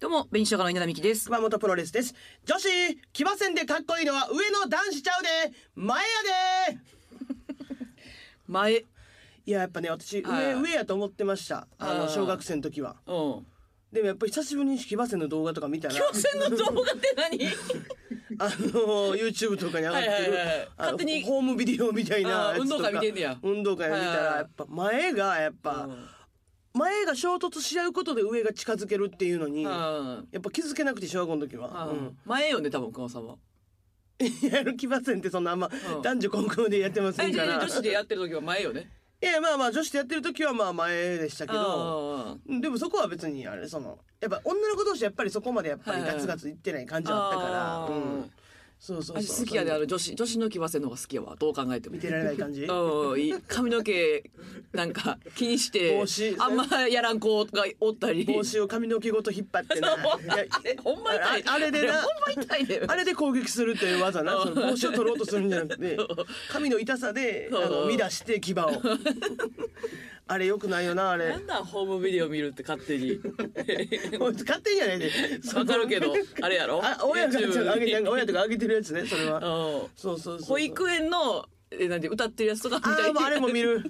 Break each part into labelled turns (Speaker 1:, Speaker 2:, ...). Speaker 1: どうも、弁士社科の稲田美希です。
Speaker 2: 熊本プロレスです。女子、騎馬戦でかっこいいのは上の男子ちゃうで前やで
Speaker 1: 前。
Speaker 2: いや、やっぱね、私、
Speaker 1: はい
Speaker 2: 上、上やと思ってました。あ
Speaker 1: あ
Speaker 2: の、
Speaker 1: ー
Speaker 2: 小学生の時は。
Speaker 1: うん。
Speaker 2: でもやっぱ久しぶりに騎馬戦の動画とか見たら、
Speaker 1: 強制の動画って何
Speaker 2: あの、YouTube とかに上がってる、
Speaker 1: はいはいはい
Speaker 2: あの
Speaker 1: 勝手に
Speaker 2: ホームビデオみたい
Speaker 1: あ
Speaker 2: なや
Speaker 1: ー運
Speaker 2: つとか。
Speaker 1: 動会見てんねや
Speaker 2: 運動会見た
Speaker 1: はいはいはい
Speaker 2: ら、やっぱ前が、やっぱ、前が衝突し合うことで上が近づけるっていうの
Speaker 1: う
Speaker 2: に、や
Speaker 1: ん。
Speaker 2: っぱ気づけなくて小学校の時は。
Speaker 1: う
Speaker 2: うん
Speaker 1: ん。前よね、多分、熊さんは。
Speaker 2: やる騎馬戦ってそんなあんま
Speaker 1: うん
Speaker 2: 男女混合でやってま
Speaker 1: あ
Speaker 2: せん
Speaker 1: い
Speaker 2: か
Speaker 1: やい
Speaker 2: ら。
Speaker 1: や女子でやってる時は前よね。
Speaker 2: いやまあまあ女子とやってる時はまあ前でしたけど
Speaker 1: あー
Speaker 2: でもそこは別にあれそのやっぱ女の子同士やっぱりそこまでやっぱ
Speaker 1: はい
Speaker 2: り
Speaker 1: はい
Speaker 2: ガツガツいってない感じはあったから、
Speaker 1: あ
Speaker 2: う
Speaker 1: ー
Speaker 2: ん、そうそう
Speaker 1: 私
Speaker 2: そ
Speaker 1: 好
Speaker 2: う
Speaker 1: きやで、あの女子、女子の騎馬戦の方が好きやわ。どう考えても
Speaker 2: 見。てられない感じ
Speaker 1: うん、いい髪の毛、なんか、気にして
Speaker 2: 帽子、
Speaker 1: あんまやらん子がおったり。
Speaker 2: 帽子を髪の毛ごと引っ張 ってないや
Speaker 1: ほんま痛い。
Speaker 2: ああれでな
Speaker 1: ほんま痛いで。
Speaker 2: あれで攻撃するという技 なその帽子を取ろうとするんじゃなくて髪の痛さであの乱して牙を あれよくないよなあれ
Speaker 1: なんなんホームビデオ見るって勝手 に。
Speaker 2: こいつ勝手にやないで
Speaker 1: わかるけど、あれやろ
Speaker 2: あ親が
Speaker 1: YouTube
Speaker 2: ちょっと上げなんか親とか上げてるやつねそれは
Speaker 1: うん
Speaker 2: そうそうそうそう
Speaker 1: 保育園の、え、なんで歌ってるやつとかみ
Speaker 2: あ
Speaker 1: たい
Speaker 2: ーもうあれも見る。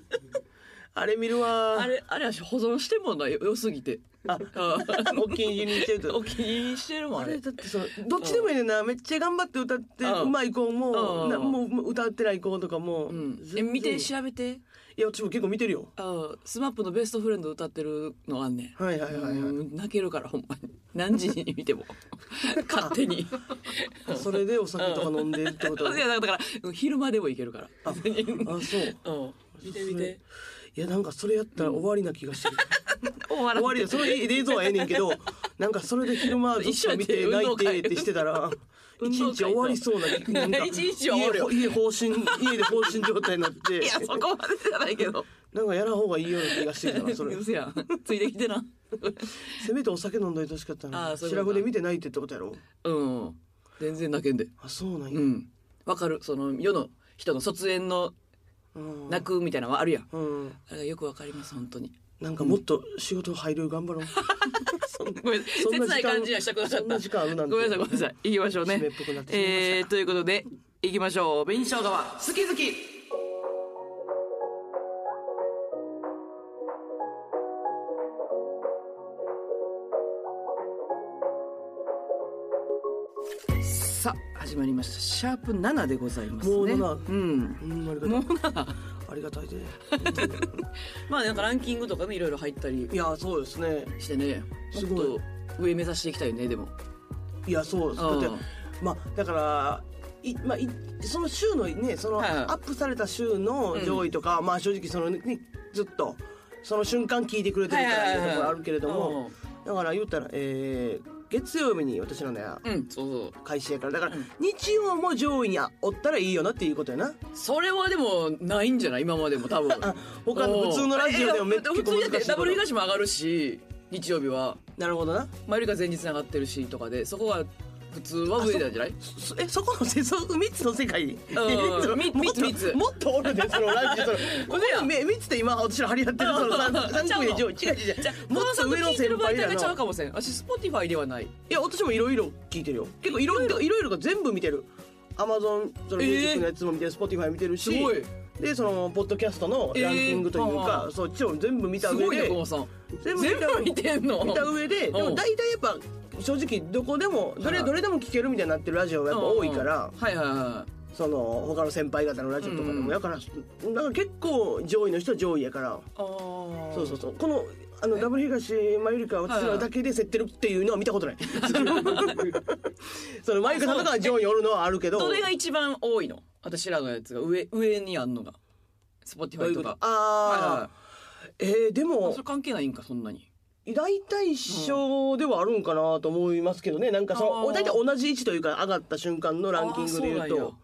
Speaker 2: あれ見るわ
Speaker 1: あれ、あれは保存してんもんな、よ良すぎて。
Speaker 2: あ お気に入りにして る
Speaker 1: お
Speaker 2: と。
Speaker 1: 気に入りしてるもん、
Speaker 2: あ
Speaker 1: あ
Speaker 2: れ
Speaker 1: れ。
Speaker 2: だってそのどっちでもいいねんなめっちゃ頑張って歌って
Speaker 1: うん
Speaker 2: うまい子も
Speaker 1: うん
Speaker 2: なもうもう歌ってない子とかも
Speaker 1: うん。え、
Speaker 2: 全然
Speaker 1: 見て、調べて。
Speaker 2: いや私も結構見てるよ
Speaker 1: あスマップのベストフレンド歌ってるのあんねん。
Speaker 2: はいはいはいは
Speaker 1: うん泣けるから、ほんまに。何時に見て も。勝手に。
Speaker 2: いそれでお酒とか飲んでるってこと
Speaker 1: いや、だから、うん昼間でもいけるから。
Speaker 2: ああそう
Speaker 1: うん。見て見て。
Speaker 2: いやなんかそれやったら終わりな気がしてる
Speaker 1: 終わら
Speaker 2: 終
Speaker 1: ん
Speaker 2: わりだその映像はええねん けどなんかそれで昼間どっちか見て
Speaker 1: 一緒や
Speaker 2: 泣
Speaker 1: って
Speaker 2: いてってしてたら一
Speaker 1: 運動会
Speaker 2: 日終わりそうな気なんか
Speaker 1: 一日終わるよ
Speaker 2: 家家放心家で放心状態になって
Speaker 1: いや、そこまでじゃない けど。
Speaker 2: なんかやらん方がいいような気がしてきたなそれ
Speaker 1: うやん。ついてきてな。
Speaker 2: せめてお酒飲んどいてほしかった
Speaker 1: あ
Speaker 2: な
Speaker 1: ーそういうこと
Speaker 2: 白子で見て泣いてってことやろ
Speaker 1: うん。全然泣けんで。
Speaker 2: あそうなんや
Speaker 1: う、ん。わかる。その、世の人の卒園の
Speaker 2: うん
Speaker 1: 泣くみたいなのはあるやん。
Speaker 2: うん、
Speaker 1: あれがよくわかります、本当に。
Speaker 2: なんかもっと仕事入る頑張ろう
Speaker 1: ごめん、
Speaker 2: そん
Speaker 1: 切
Speaker 2: な時間
Speaker 1: ない感じにはしたくなかった。
Speaker 2: そんな時間あるなんて
Speaker 1: ごめんなさい、ごめんなさい。行きましょうね
Speaker 2: 締めっぽくなっ。てしまいました
Speaker 1: えー、ということで、行きましょう。紅生姜は好き好き。さあ、始まりました。シャープ7でございますね。
Speaker 2: もうな
Speaker 1: うん。
Speaker 2: うんありがたい
Speaker 1: もうな。
Speaker 2: ありがたいで
Speaker 1: まあなんかランキングとかね、いろいろ入ったり
Speaker 2: いやそうですね
Speaker 1: してね。
Speaker 2: す
Speaker 1: も
Speaker 2: ご
Speaker 1: っ
Speaker 2: い
Speaker 1: と上目指していきたいね、でも。
Speaker 2: いやそうですだって
Speaker 1: うん
Speaker 2: まあだからいまあ、いその週のねそのア
Speaker 1: はいはい
Speaker 2: ップされた週の上位とか、まあ正直そのねずっとその瞬間聞いてくれてるからっていうところあるけれども、だから言ったら、えー月曜日に私のね
Speaker 1: うん、そうそう。
Speaker 2: 開始やからだから、
Speaker 1: うん
Speaker 2: 日曜も上位にあおったらいいよなっていうことやな
Speaker 1: それはでもないんじゃない今までも多分
Speaker 2: あ他の普通のラジオでもめっちゃ
Speaker 1: ええ普
Speaker 2: 結構難しい
Speaker 1: 通にだって
Speaker 2: と
Speaker 1: ダ
Speaker 2: こ
Speaker 1: ブ
Speaker 2: ろ
Speaker 1: ル東も上がるし日曜日は
Speaker 2: なるほどな
Speaker 1: 前よりか前日に上がってるしとかでそこは普通は上なんじゃない
Speaker 2: そ えそこのせそ3つの世界に
Speaker 1: み
Speaker 2: も
Speaker 1: み
Speaker 2: っと
Speaker 1: つみつ
Speaker 2: もっとお るでそのラジオそのこ
Speaker 1: ほんまや
Speaker 2: こにめ3つで今私ら張り合ってるその
Speaker 1: うん
Speaker 2: 3
Speaker 1: ちゃう
Speaker 2: 組で
Speaker 1: の
Speaker 2: 上位違う違う違うもっと上の
Speaker 1: 聞いて
Speaker 2: 先
Speaker 1: る媒
Speaker 2: 輩
Speaker 1: 体
Speaker 2: ら
Speaker 1: がちゃ
Speaker 2: の
Speaker 1: うかもしれん私 Spotify ではない
Speaker 2: いや私もいろいろ聞いてるよ結構いろいろいろいろが全部見てるアマゾンそのミュージックのやつも見てる、Spotify 見てるし
Speaker 1: すごい
Speaker 2: でそのポッドキャストのランキングという
Speaker 1: えーまあ
Speaker 2: か、
Speaker 1: まあ
Speaker 2: そっちを全部見た
Speaker 1: す
Speaker 2: 上
Speaker 1: ごいね
Speaker 2: で
Speaker 1: 小野さん
Speaker 2: 全部見
Speaker 1: 全
Speaker 2: た
Speaker 1: 部見てんの
Speaker 2: 見た上でで
Speaker 1: う
Speaker 2: も
Speaker 1: ん
Speaker 2: 大体やっぱ正直どこでもど
Speaker 1: は
Speaker 2: れ
Speaker 1: い
Speaker 2: どれでも聞けるみたいになってるラジオがやっぱ多いから
Speaker 1: うんはいはいは
Speaker 2: その他の先輩方のラジオとかで
Speaker 1: うん
Speaker 2: もだからだから結構上位の人は上位やから
Speaker 1: いあ
Speaker 2: そうそうそうこのあのダブル東マユリカ私らだけで競ってるっていうのは見たことないそのマユリカさんとかは上位におるのはあるけど
Speaker 1: どれが一番多いの私らのやつが上上にあんのが
Speaker 2: どうい
Speaker 1: Spotify
Speaker 2: うことと
Speaker 1: かはい
Speaker 2: あ
Speaker 1: は
Speaker 2: あえーで
Speaker 1: い
Speaker 2: も
Speaker 1: それ関係ないんかそんなに
Speaker 2: 大体一緒ではあるんかなと思いますけどねなんかそ
Speaker 1: あー
Speaker 2: の大体同じ位置というか上がった瞬間のランキングで言うと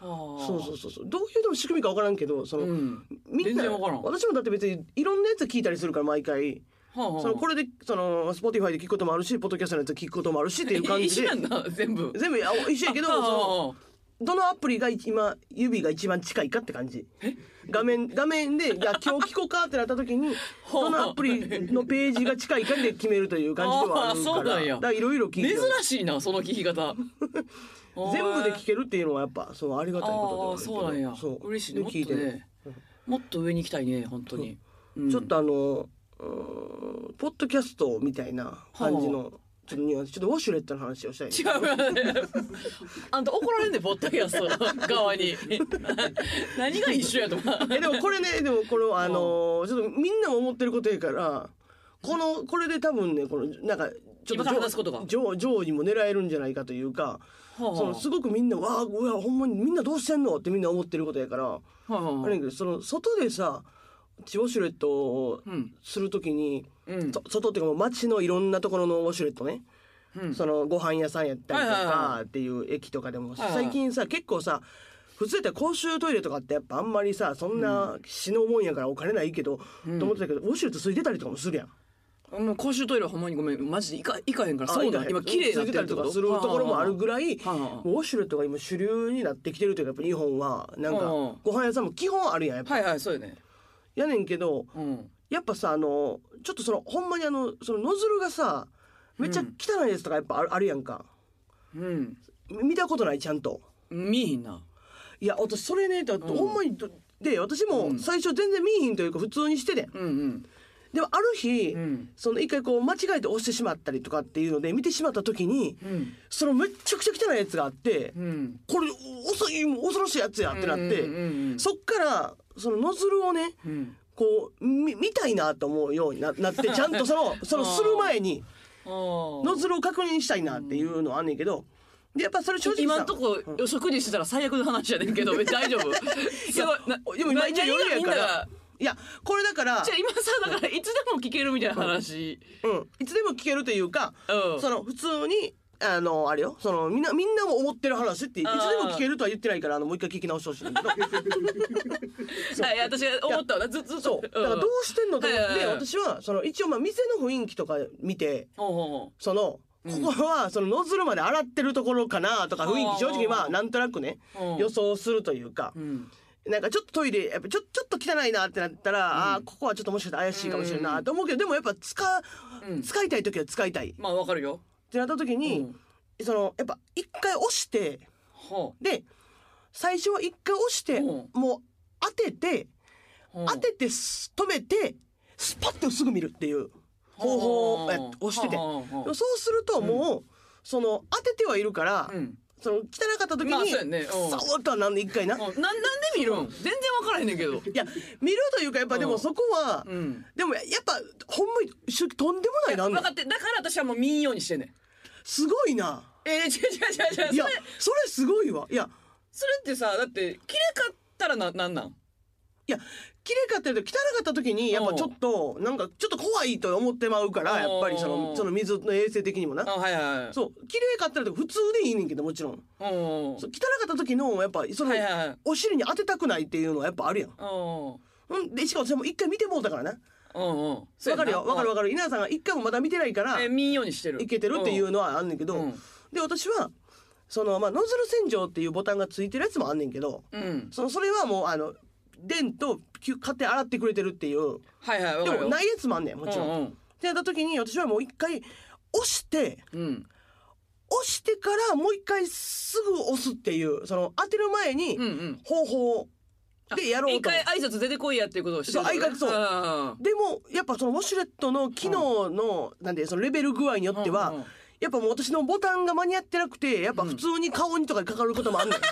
Speaker 1: あー
Speaker 2: そうそうそうそうどういうでも仕組みか分からんけどその、
Speaker 1: うん
Speaker 2: みん
Speaker 1: 全
Speaker 2: な
Speaker 1: 然分からん
Speaker 2: 私もだって別にいろんなやつ聞いたりするから毎回
Speaker 1: はあはあ
Speaker 2: そのこれでその Spotify で聞くこともあるしポッドキャストのやつ聞くこともあるしっていう感
Speaker 1: 一
Speaker 2: じで
Speaker 1: 緒やんな全部
Speaker 2: 全部あ一緒やけど
Speaker 1: あ
Speaker 2: その
Speaker 1: あ
Speaker 2: どのアプリが一今指が一番近いかって感じ画面画面で「いや今日聞こうか」ってなった時 に
Speaker 1: ほ
Speaker 2: ど
Speaker 1: う
Speaker 2: のアプリのページが近いかで決めるという感じではある
Speaker 1: あーそ
Speaker 2: か
Speaker 1: う
Speaker 2: ら
Speaker 1: なんや
Speaker 2: だからいろいろ聞いて
Speaker 1: 珍
Speaker 2: る
Speaker 1: しいなその聞き 方
Speaker 2: 全部で聞
Speaker 1: き
Speaker 2: けるっていうのはやっぱそうありがたい
Speaker 1: あ
Speaker 2: こ
Speaker 1: あ
Speaker 2: とで
Speaker 1: そう
Speaker 2: はあ
Speaker 1: なん
Speaker 2: るけ
Speaker 1: や
Speaker 2: どそう
Speaker 1: 嬉しいね
Speaker 2: で
Speaker 1: もっ
Speaker 2: 聞い
Speaker 1: と
Speaker 2: てる、
Speaker 1: ねもっと上に行きたいね本当に、うん
Speaker 2: ちょっとあのうーんポッドキャストみたいな感じのちょっとニュアンスちょっとウォシュレットの話をしたい
Speaker 1: 違うよねあんた怒られんでぼったキャスト側 に何が一緒やとか
Speaker 2: えでも これねでもこれあのーちょっとみんなも思ってることやからこのこれで多分ねこのなんかちょ
Speaker 1: 今
Speaker 2: っ
Speaker 1: から話すこと
Speaker 2: と
Speaker 1: が
Speaker 2: 上上にも狙えるんじゃないかというかそのすごくみんな「わあうわほんまにみんなどうしてんの?」ってみんな思ってることやから
Speaker 1: はあ
Speaker 2: あ
Speaker 1: は
Speaker 2: れやけどその外でさチウォシュレットを
Speaker 1: あうん
Speaker 2: するときに、
Speaker 1: うん
Speaker 2: そ外っていうかもう街のいろんなところのウォシュレットね
Speaker 1: うん
Speaker 2: そのご飯屋さんやったり
Speaker 1: は
Speaker 2: と
Speaker 1: いはい
Speaker 2: か
Speaker 1: は
Speaker 2: っていう駅とかでも
Speaker 1: はいはい
Speaker 2: 最近さ結構さ普通やったら公衆トイレとかってやっぱあんまりさそんな死のもんやからお金ないけど、と思ってたけどウォシュレットついてたりとかもするやん。
Speaker 1: もう公衆トイレはほんまにごめんマジでいかいかへんからそうなん
Speaker 2: あ
Speaker 1: や今綺麗になってる
Speaker 2: ついたりとかするところもあるぐらい
Speaker 1: はあはあはあ
Speaker 2: もうウォシュレットが今主流になってきてるというかやっぱ日本はなんか
Speaker 1: はあはあ
Speaker 2: ご飯屋さんも基本あるやんやっぱ
Speaker 1: はいはいそうよね
Speaker 2: やねんけど
Speaker 1: うん
Speaker 2: やっぱさあのちょっとそのほんまにあのそのノズルがさめっちゃ汚いやつとかやっぱあるあるやんか
Speaker 1: うん
Speaker 2: 見たことないちゃんと。
Speaker 1: 見えへんない
Speaker 2: や私それねだって
Speaker 1: うん
Speaker 2: ほんまにど、で私も最初全然見えひんというか普通にしててん
Speaker 1: うんうん
Speaker 2: でもある日、
Speaker 1: うん
Speaker 2: その一回こう間違えて押してしまったりとかっていうので見てしまった時に
Speaker 1: うん
Speaker 2: そのめっちゃくちゃ汚いやつがあって、
Speaker 1: うん
Speaker 2: これお恐い恐ろしいやつやってなって、
Speaker 1: うんうんうんうん
Speaker 2: そっからそのノズルをね
Speaker 1: うん
Speaker 2: こうみ見たいなと思うようにななってちゃんと そのそのする前に
Speaker 1: あー
Speaker 2: ノズルを確認したいなっていうのはあんねんけどでやっぱそれ正直さ
Speaker 1: 今んとこお食事してたら最悪の話やねん けど別に大丈夫すごいな
Speaker 2: でも今一
Speaker 1: 何
Speaker 2: 応
Speaker 1: が
Speaker 2: 夜や
Speaker 1: みん
Speaker 2: か
Speaker 1: な
Speaker 2: ら
Speaker 1: が
Speaker 2: いやこれだから
Speaker 1: じゃあ今さだからいつでも聞けるみたいな話
Speaker 2: うん、いつでも聞けるというか、
Speaker 1: うん
Speaker 2: その普通にあのあれよそのみんなみんなも思ってる話っていつで
Speaker 1: あー
Speaker 2: も聞けるとは言ってないからあのもう一回聞き直してほしい んだけど
Speaker 1: はい私が思ったわなずっと
Speaker 2: そうだからどうしてんのと思って、
Speaker 1: はいはいはい
Speaker 2: 私はその一応まあ店の雰囲気とか見て
Speaker 1: ほ
Speaker 2: そのここはそのノズルまで洗ってるところかなとか雰囲気正直まあ
Speaker 1: うん
Speaker 2: なんとなくね
Speaker 1: うん
Speaker 2: 予想するというか
Speaker 1: う、うん
Speaker 2: なんかちょっとトイレやっぱちょちょっと汚いなってなったら、ああここはちょっともしかしたら怪しいかもしれないなと思うけど、でもやっぱ使,、
Speaker 1: うん
Speaker 2: 使いたい時は使いたいっ
Speaker 1: まあわかるよ
Speaker 2: てなった時に、
Speaker 1: うん
Speaker 2: そのやっぱ一回押して
Speaker 1: ほ
Speaker 2: で最初は一回押して、
Speaker 1: うん
Speaker 2: もう当てて、
Speaker 1: うほう
Speaker 2: 当ててす止めてスパッとすぐ見るっていう方法をやっ押してて、
Speaker 1: ほうほうほう
Speaker 2: でもそうするともう、その当ててはいるから、
Speaker 1: うん
Speaker 2: その汚かった時に、
Speaker 1: まあそうやねうん
Speaker 2: さおっとはなんで一回な、
Speaker 1: うんななんで見るん全然わからへんねんけど
Speaker 2: いや見るというかやっぱで
Speaker 1: う
Speaker 2: も
Speaker 1: ん
Speaker 2: そこは、
Speaker 1: うん
Speaker 2: でもやっぱほんまにしとんでもな
Speaker 1: 分
Speaker 2: いなあんの
Speaker 1: かってだから私はもう見んようにしてんねん
Speaker 2: すごいな
Speaker 1: えー、違う違う違う違う
Speaker 2: い
Speaker 1: そ
Speaker 2: や
Speaker 1: れ
Speaker 2: それすごいわいや
Speaker 1: それってさだって綺麗かったらななんなん
Speaker 2: いや綺麗かったけど汚かった時にやっぱちょっとなんかちょっと怖いと思ってまうからやっぱりその
Speaker 1: うん
Speaker 2: その水の衛生的にもな
Speaker 1: あはいはいはい
Speaker 2: そう綺麗かったら普通でいいねんけどもちろん
Speaker 1: うん
Speaker 2: そう汚かった時のやっぱその
Speaker 1: はいはいはい
Speaker 2: お尻に当てたくないっていうのはやっぱあるやん
Speaker 1: うん
Speaker 2: うんでしかもそれも一回見てもうたからな
Speaker 1: うんうんそうやな
Speaker 2: わかるよわかるわかる稲田さんが一回もまだ見てないから
Speaker 1: えー見んようにしてる
Speaker 2: いけてるっていううのはあんねんけど
Speaker 1: うん
Speaker 2: で私はそのまあノズル洗浄っていうボタンがついてるやつもあんねんけど
Speaker 1: んうん
Speaker 2: そのそれはもうあの電ときゅ買って洗ってくれてるっていう
Speaker 1: はいはいわ
Speaker 2: で
Speaker 1: かる
Speaker 2: も
Speaker 1: よ
Speaker 2: ないやつもあんねんもちろん。
Speaker 1: う
Speaker 2: っ
Speaker 1: ん
Speaker 2: てなった時に私はもう一回押して
Speaker 1: うんうん
Speaker 2: 押してからもう一回すぐ押すっていうその当てる前に
Speaker 1: うんうん
Speaker 2: 方法でやろう
Speaker 1: 一
Speaker 2: と思う
Speaker 1: 回挨拶出てこいやっていうことをしてる
Speaker 2: そう挨拶そう
Speaker 1: あ
Speaker 2: でもやっぱそのウォシュレットの機能のなんでそのレベル具合によって
Speaker 1: うんうんう
Speaker 2: は
Speaker 1: ん
Speaker 2: やっぱもう私のボタンが間に合ってなくてやっぱ普通に顔にとかにかかることもあんねん。
Speaker 1: ー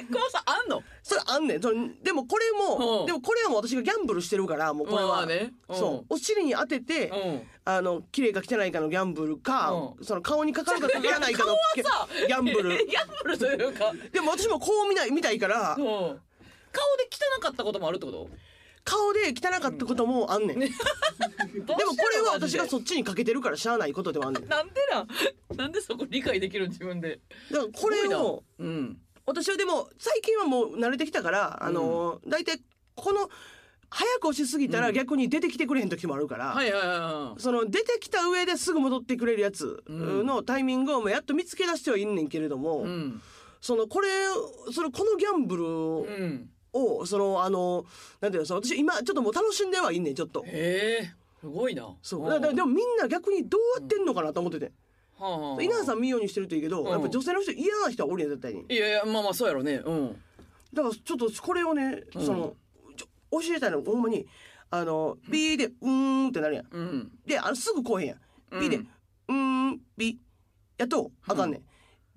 Speaker 1: えこのさあんの
Speaker 2: それあんねんそれでもこれも、
Speaker 1: うん
Speaker 2: でもこれはもう私がギャンブルしてるからもうこれは、
Speaker 1: まあねうん
Speaker 2: そうお尻に当てて、
Speaker 1: うん
Speaker 2: あの綺麗か汚いかのギャンブルか、
Speaker 1: う
Speaker 2: その顔にかかるかかからないかのギ
Speaker 1: さ
Speaker 2: ャギャンブル
Speaker 1: ギャンブルというかうん
Speaker 2: でも私もこう見ない見たいから
Speaker 1: 顔で汚かったこともあるってこと
Speaker 2: 顔で汚かったこともあんねん、
Speaker 1: でも
Speaker 2: でもこれは私がそっちにかけてるからしゃあないことではあんねんだ
Speaker 1: な
Speaker 2: か
Speaker 1: んで なんなんでそこ理解できる自分で
Speaker 2: らこれ
Speaker 1: す
Speaker 2: を
Speaker 1: ごいなうん
Speaker 2: 私はでも最近はもう慣れてきたからあの大体、この早く押しすぎたら逆に出てきてくれへん時もあるから、
Speaker 1: はいはいはいはい
Speaker 2: その出てきた上ですぐ戻ってくれるやつのタイミングをもうやっと見つけ出してはいんねんけれども、
Speaker 1: うん
Speaker 2: そのこれそのこのギャンブルを
Speaker 1: うん。
Speaker 2: をそのあのなんていうのその私今ちょっともう楽しんではいんねんちょっと
Speaker 1: へえ。すごいな。
Speaker 2: そうだだで
Speaker 1: も、
Speaker 2: もみんな逆にどうやってんのかなと思ってて
Speaker 1: はあはあ
Speaker 2: 稲葉さん見ようにしてるといいけど
Speaker 1: うん
Speaker 2: やっぱ女性の人嫌な人はおるやん絶対に
Speaker 1: いやいや、まあまあ、そうやろね。うん。
Speaker 2: だからちょっとこれをねそのちょ教えたいのほんまにあのビーで「うーん」ってなるやん
Speaker 1: うん。
Speaker 2: であのすぐ来へんや
Speaker 1: うん
Speaker 2: ビーで「うーんビ」やとあかんねん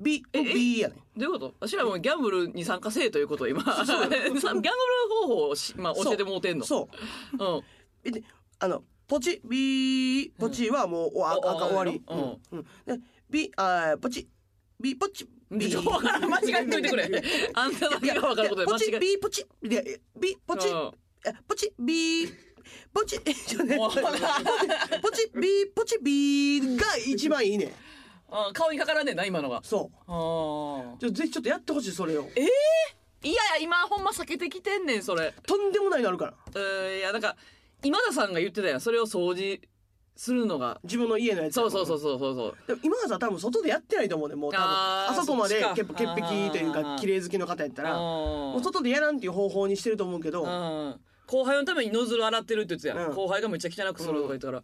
Speaker 2: ビ
Speaker 1: ええ
Speaker 2: ビやねん
Speaker 1: どういうこと私らもギャンブルに参加せえということを今。さ ギャンブル方法をし、まあ、教えてもうてんの。
Speaker 2: そ
Speaker 1: う
Speaker 2: う
Speaker 1: ん。お
Speaker 2: えであのポチビーポチはもうおああか終わり、
Speaker 1: う
Speaker 2: うん
Speaker 1: ん。
Speaker 2: うん、でビあーポチビポチビ
Speaker 1: ちょっとわからん間違え んといてく れ。あんただ
Speaker 2: い
Speaker 1: け
Speaker 2: や
Speaker 1: がわかることで間
Speaker 2: ポ
Speaker 1: 違
Speaker 2: チ
Speaker 1: え。
Speaker 2: ビポチでビポチ
Speaker 1: うん
Speaker 2: えポチビーポチ えちょっとね
Speaker 1: もう
Speaker 2: ポチビーポチビーが一番いいね
Speaker 1: うん顔にかからんねえな、今のが。
Speaker 2: そ
Speaker 1: あ
Speaker 2: うちょぜひちょっとやってほしいそれを
Speaker 1: いやいや、今ほんま避けてきてんねん、それ。
Speaker 2: とんでもないのあるから
Speaker 1: うんいや、なんか、今田さんが言ってたやん。それを掃除するのが。
Speaker 2: 自分の家のやつ
Speaker 1: そうそうそうそうそうそう。
Speaker 2: でも今はさ多分外でやってないと思うねもう多分
Speaker 1: あ
Speaker 2: あ
Speaker 1: ー
Speaker 2: そこまで
Speaker 1: そっち
Speaker 2: 潔
Speaker 1: か
Speaker 2: 潔癖という
Speaker 1: あー
Speaker 2: か綺麗好きの方やったらも
Speaker 1: も
Speaker 2: う外でやらんっていう方法にしてると思うけど
Speaker 1: うん後輩のためにノズル洗ってるって言ってたやん、
Speaker 2: うん
Speaker 1: 後輩がめっちゃ汚くするとか言ったから、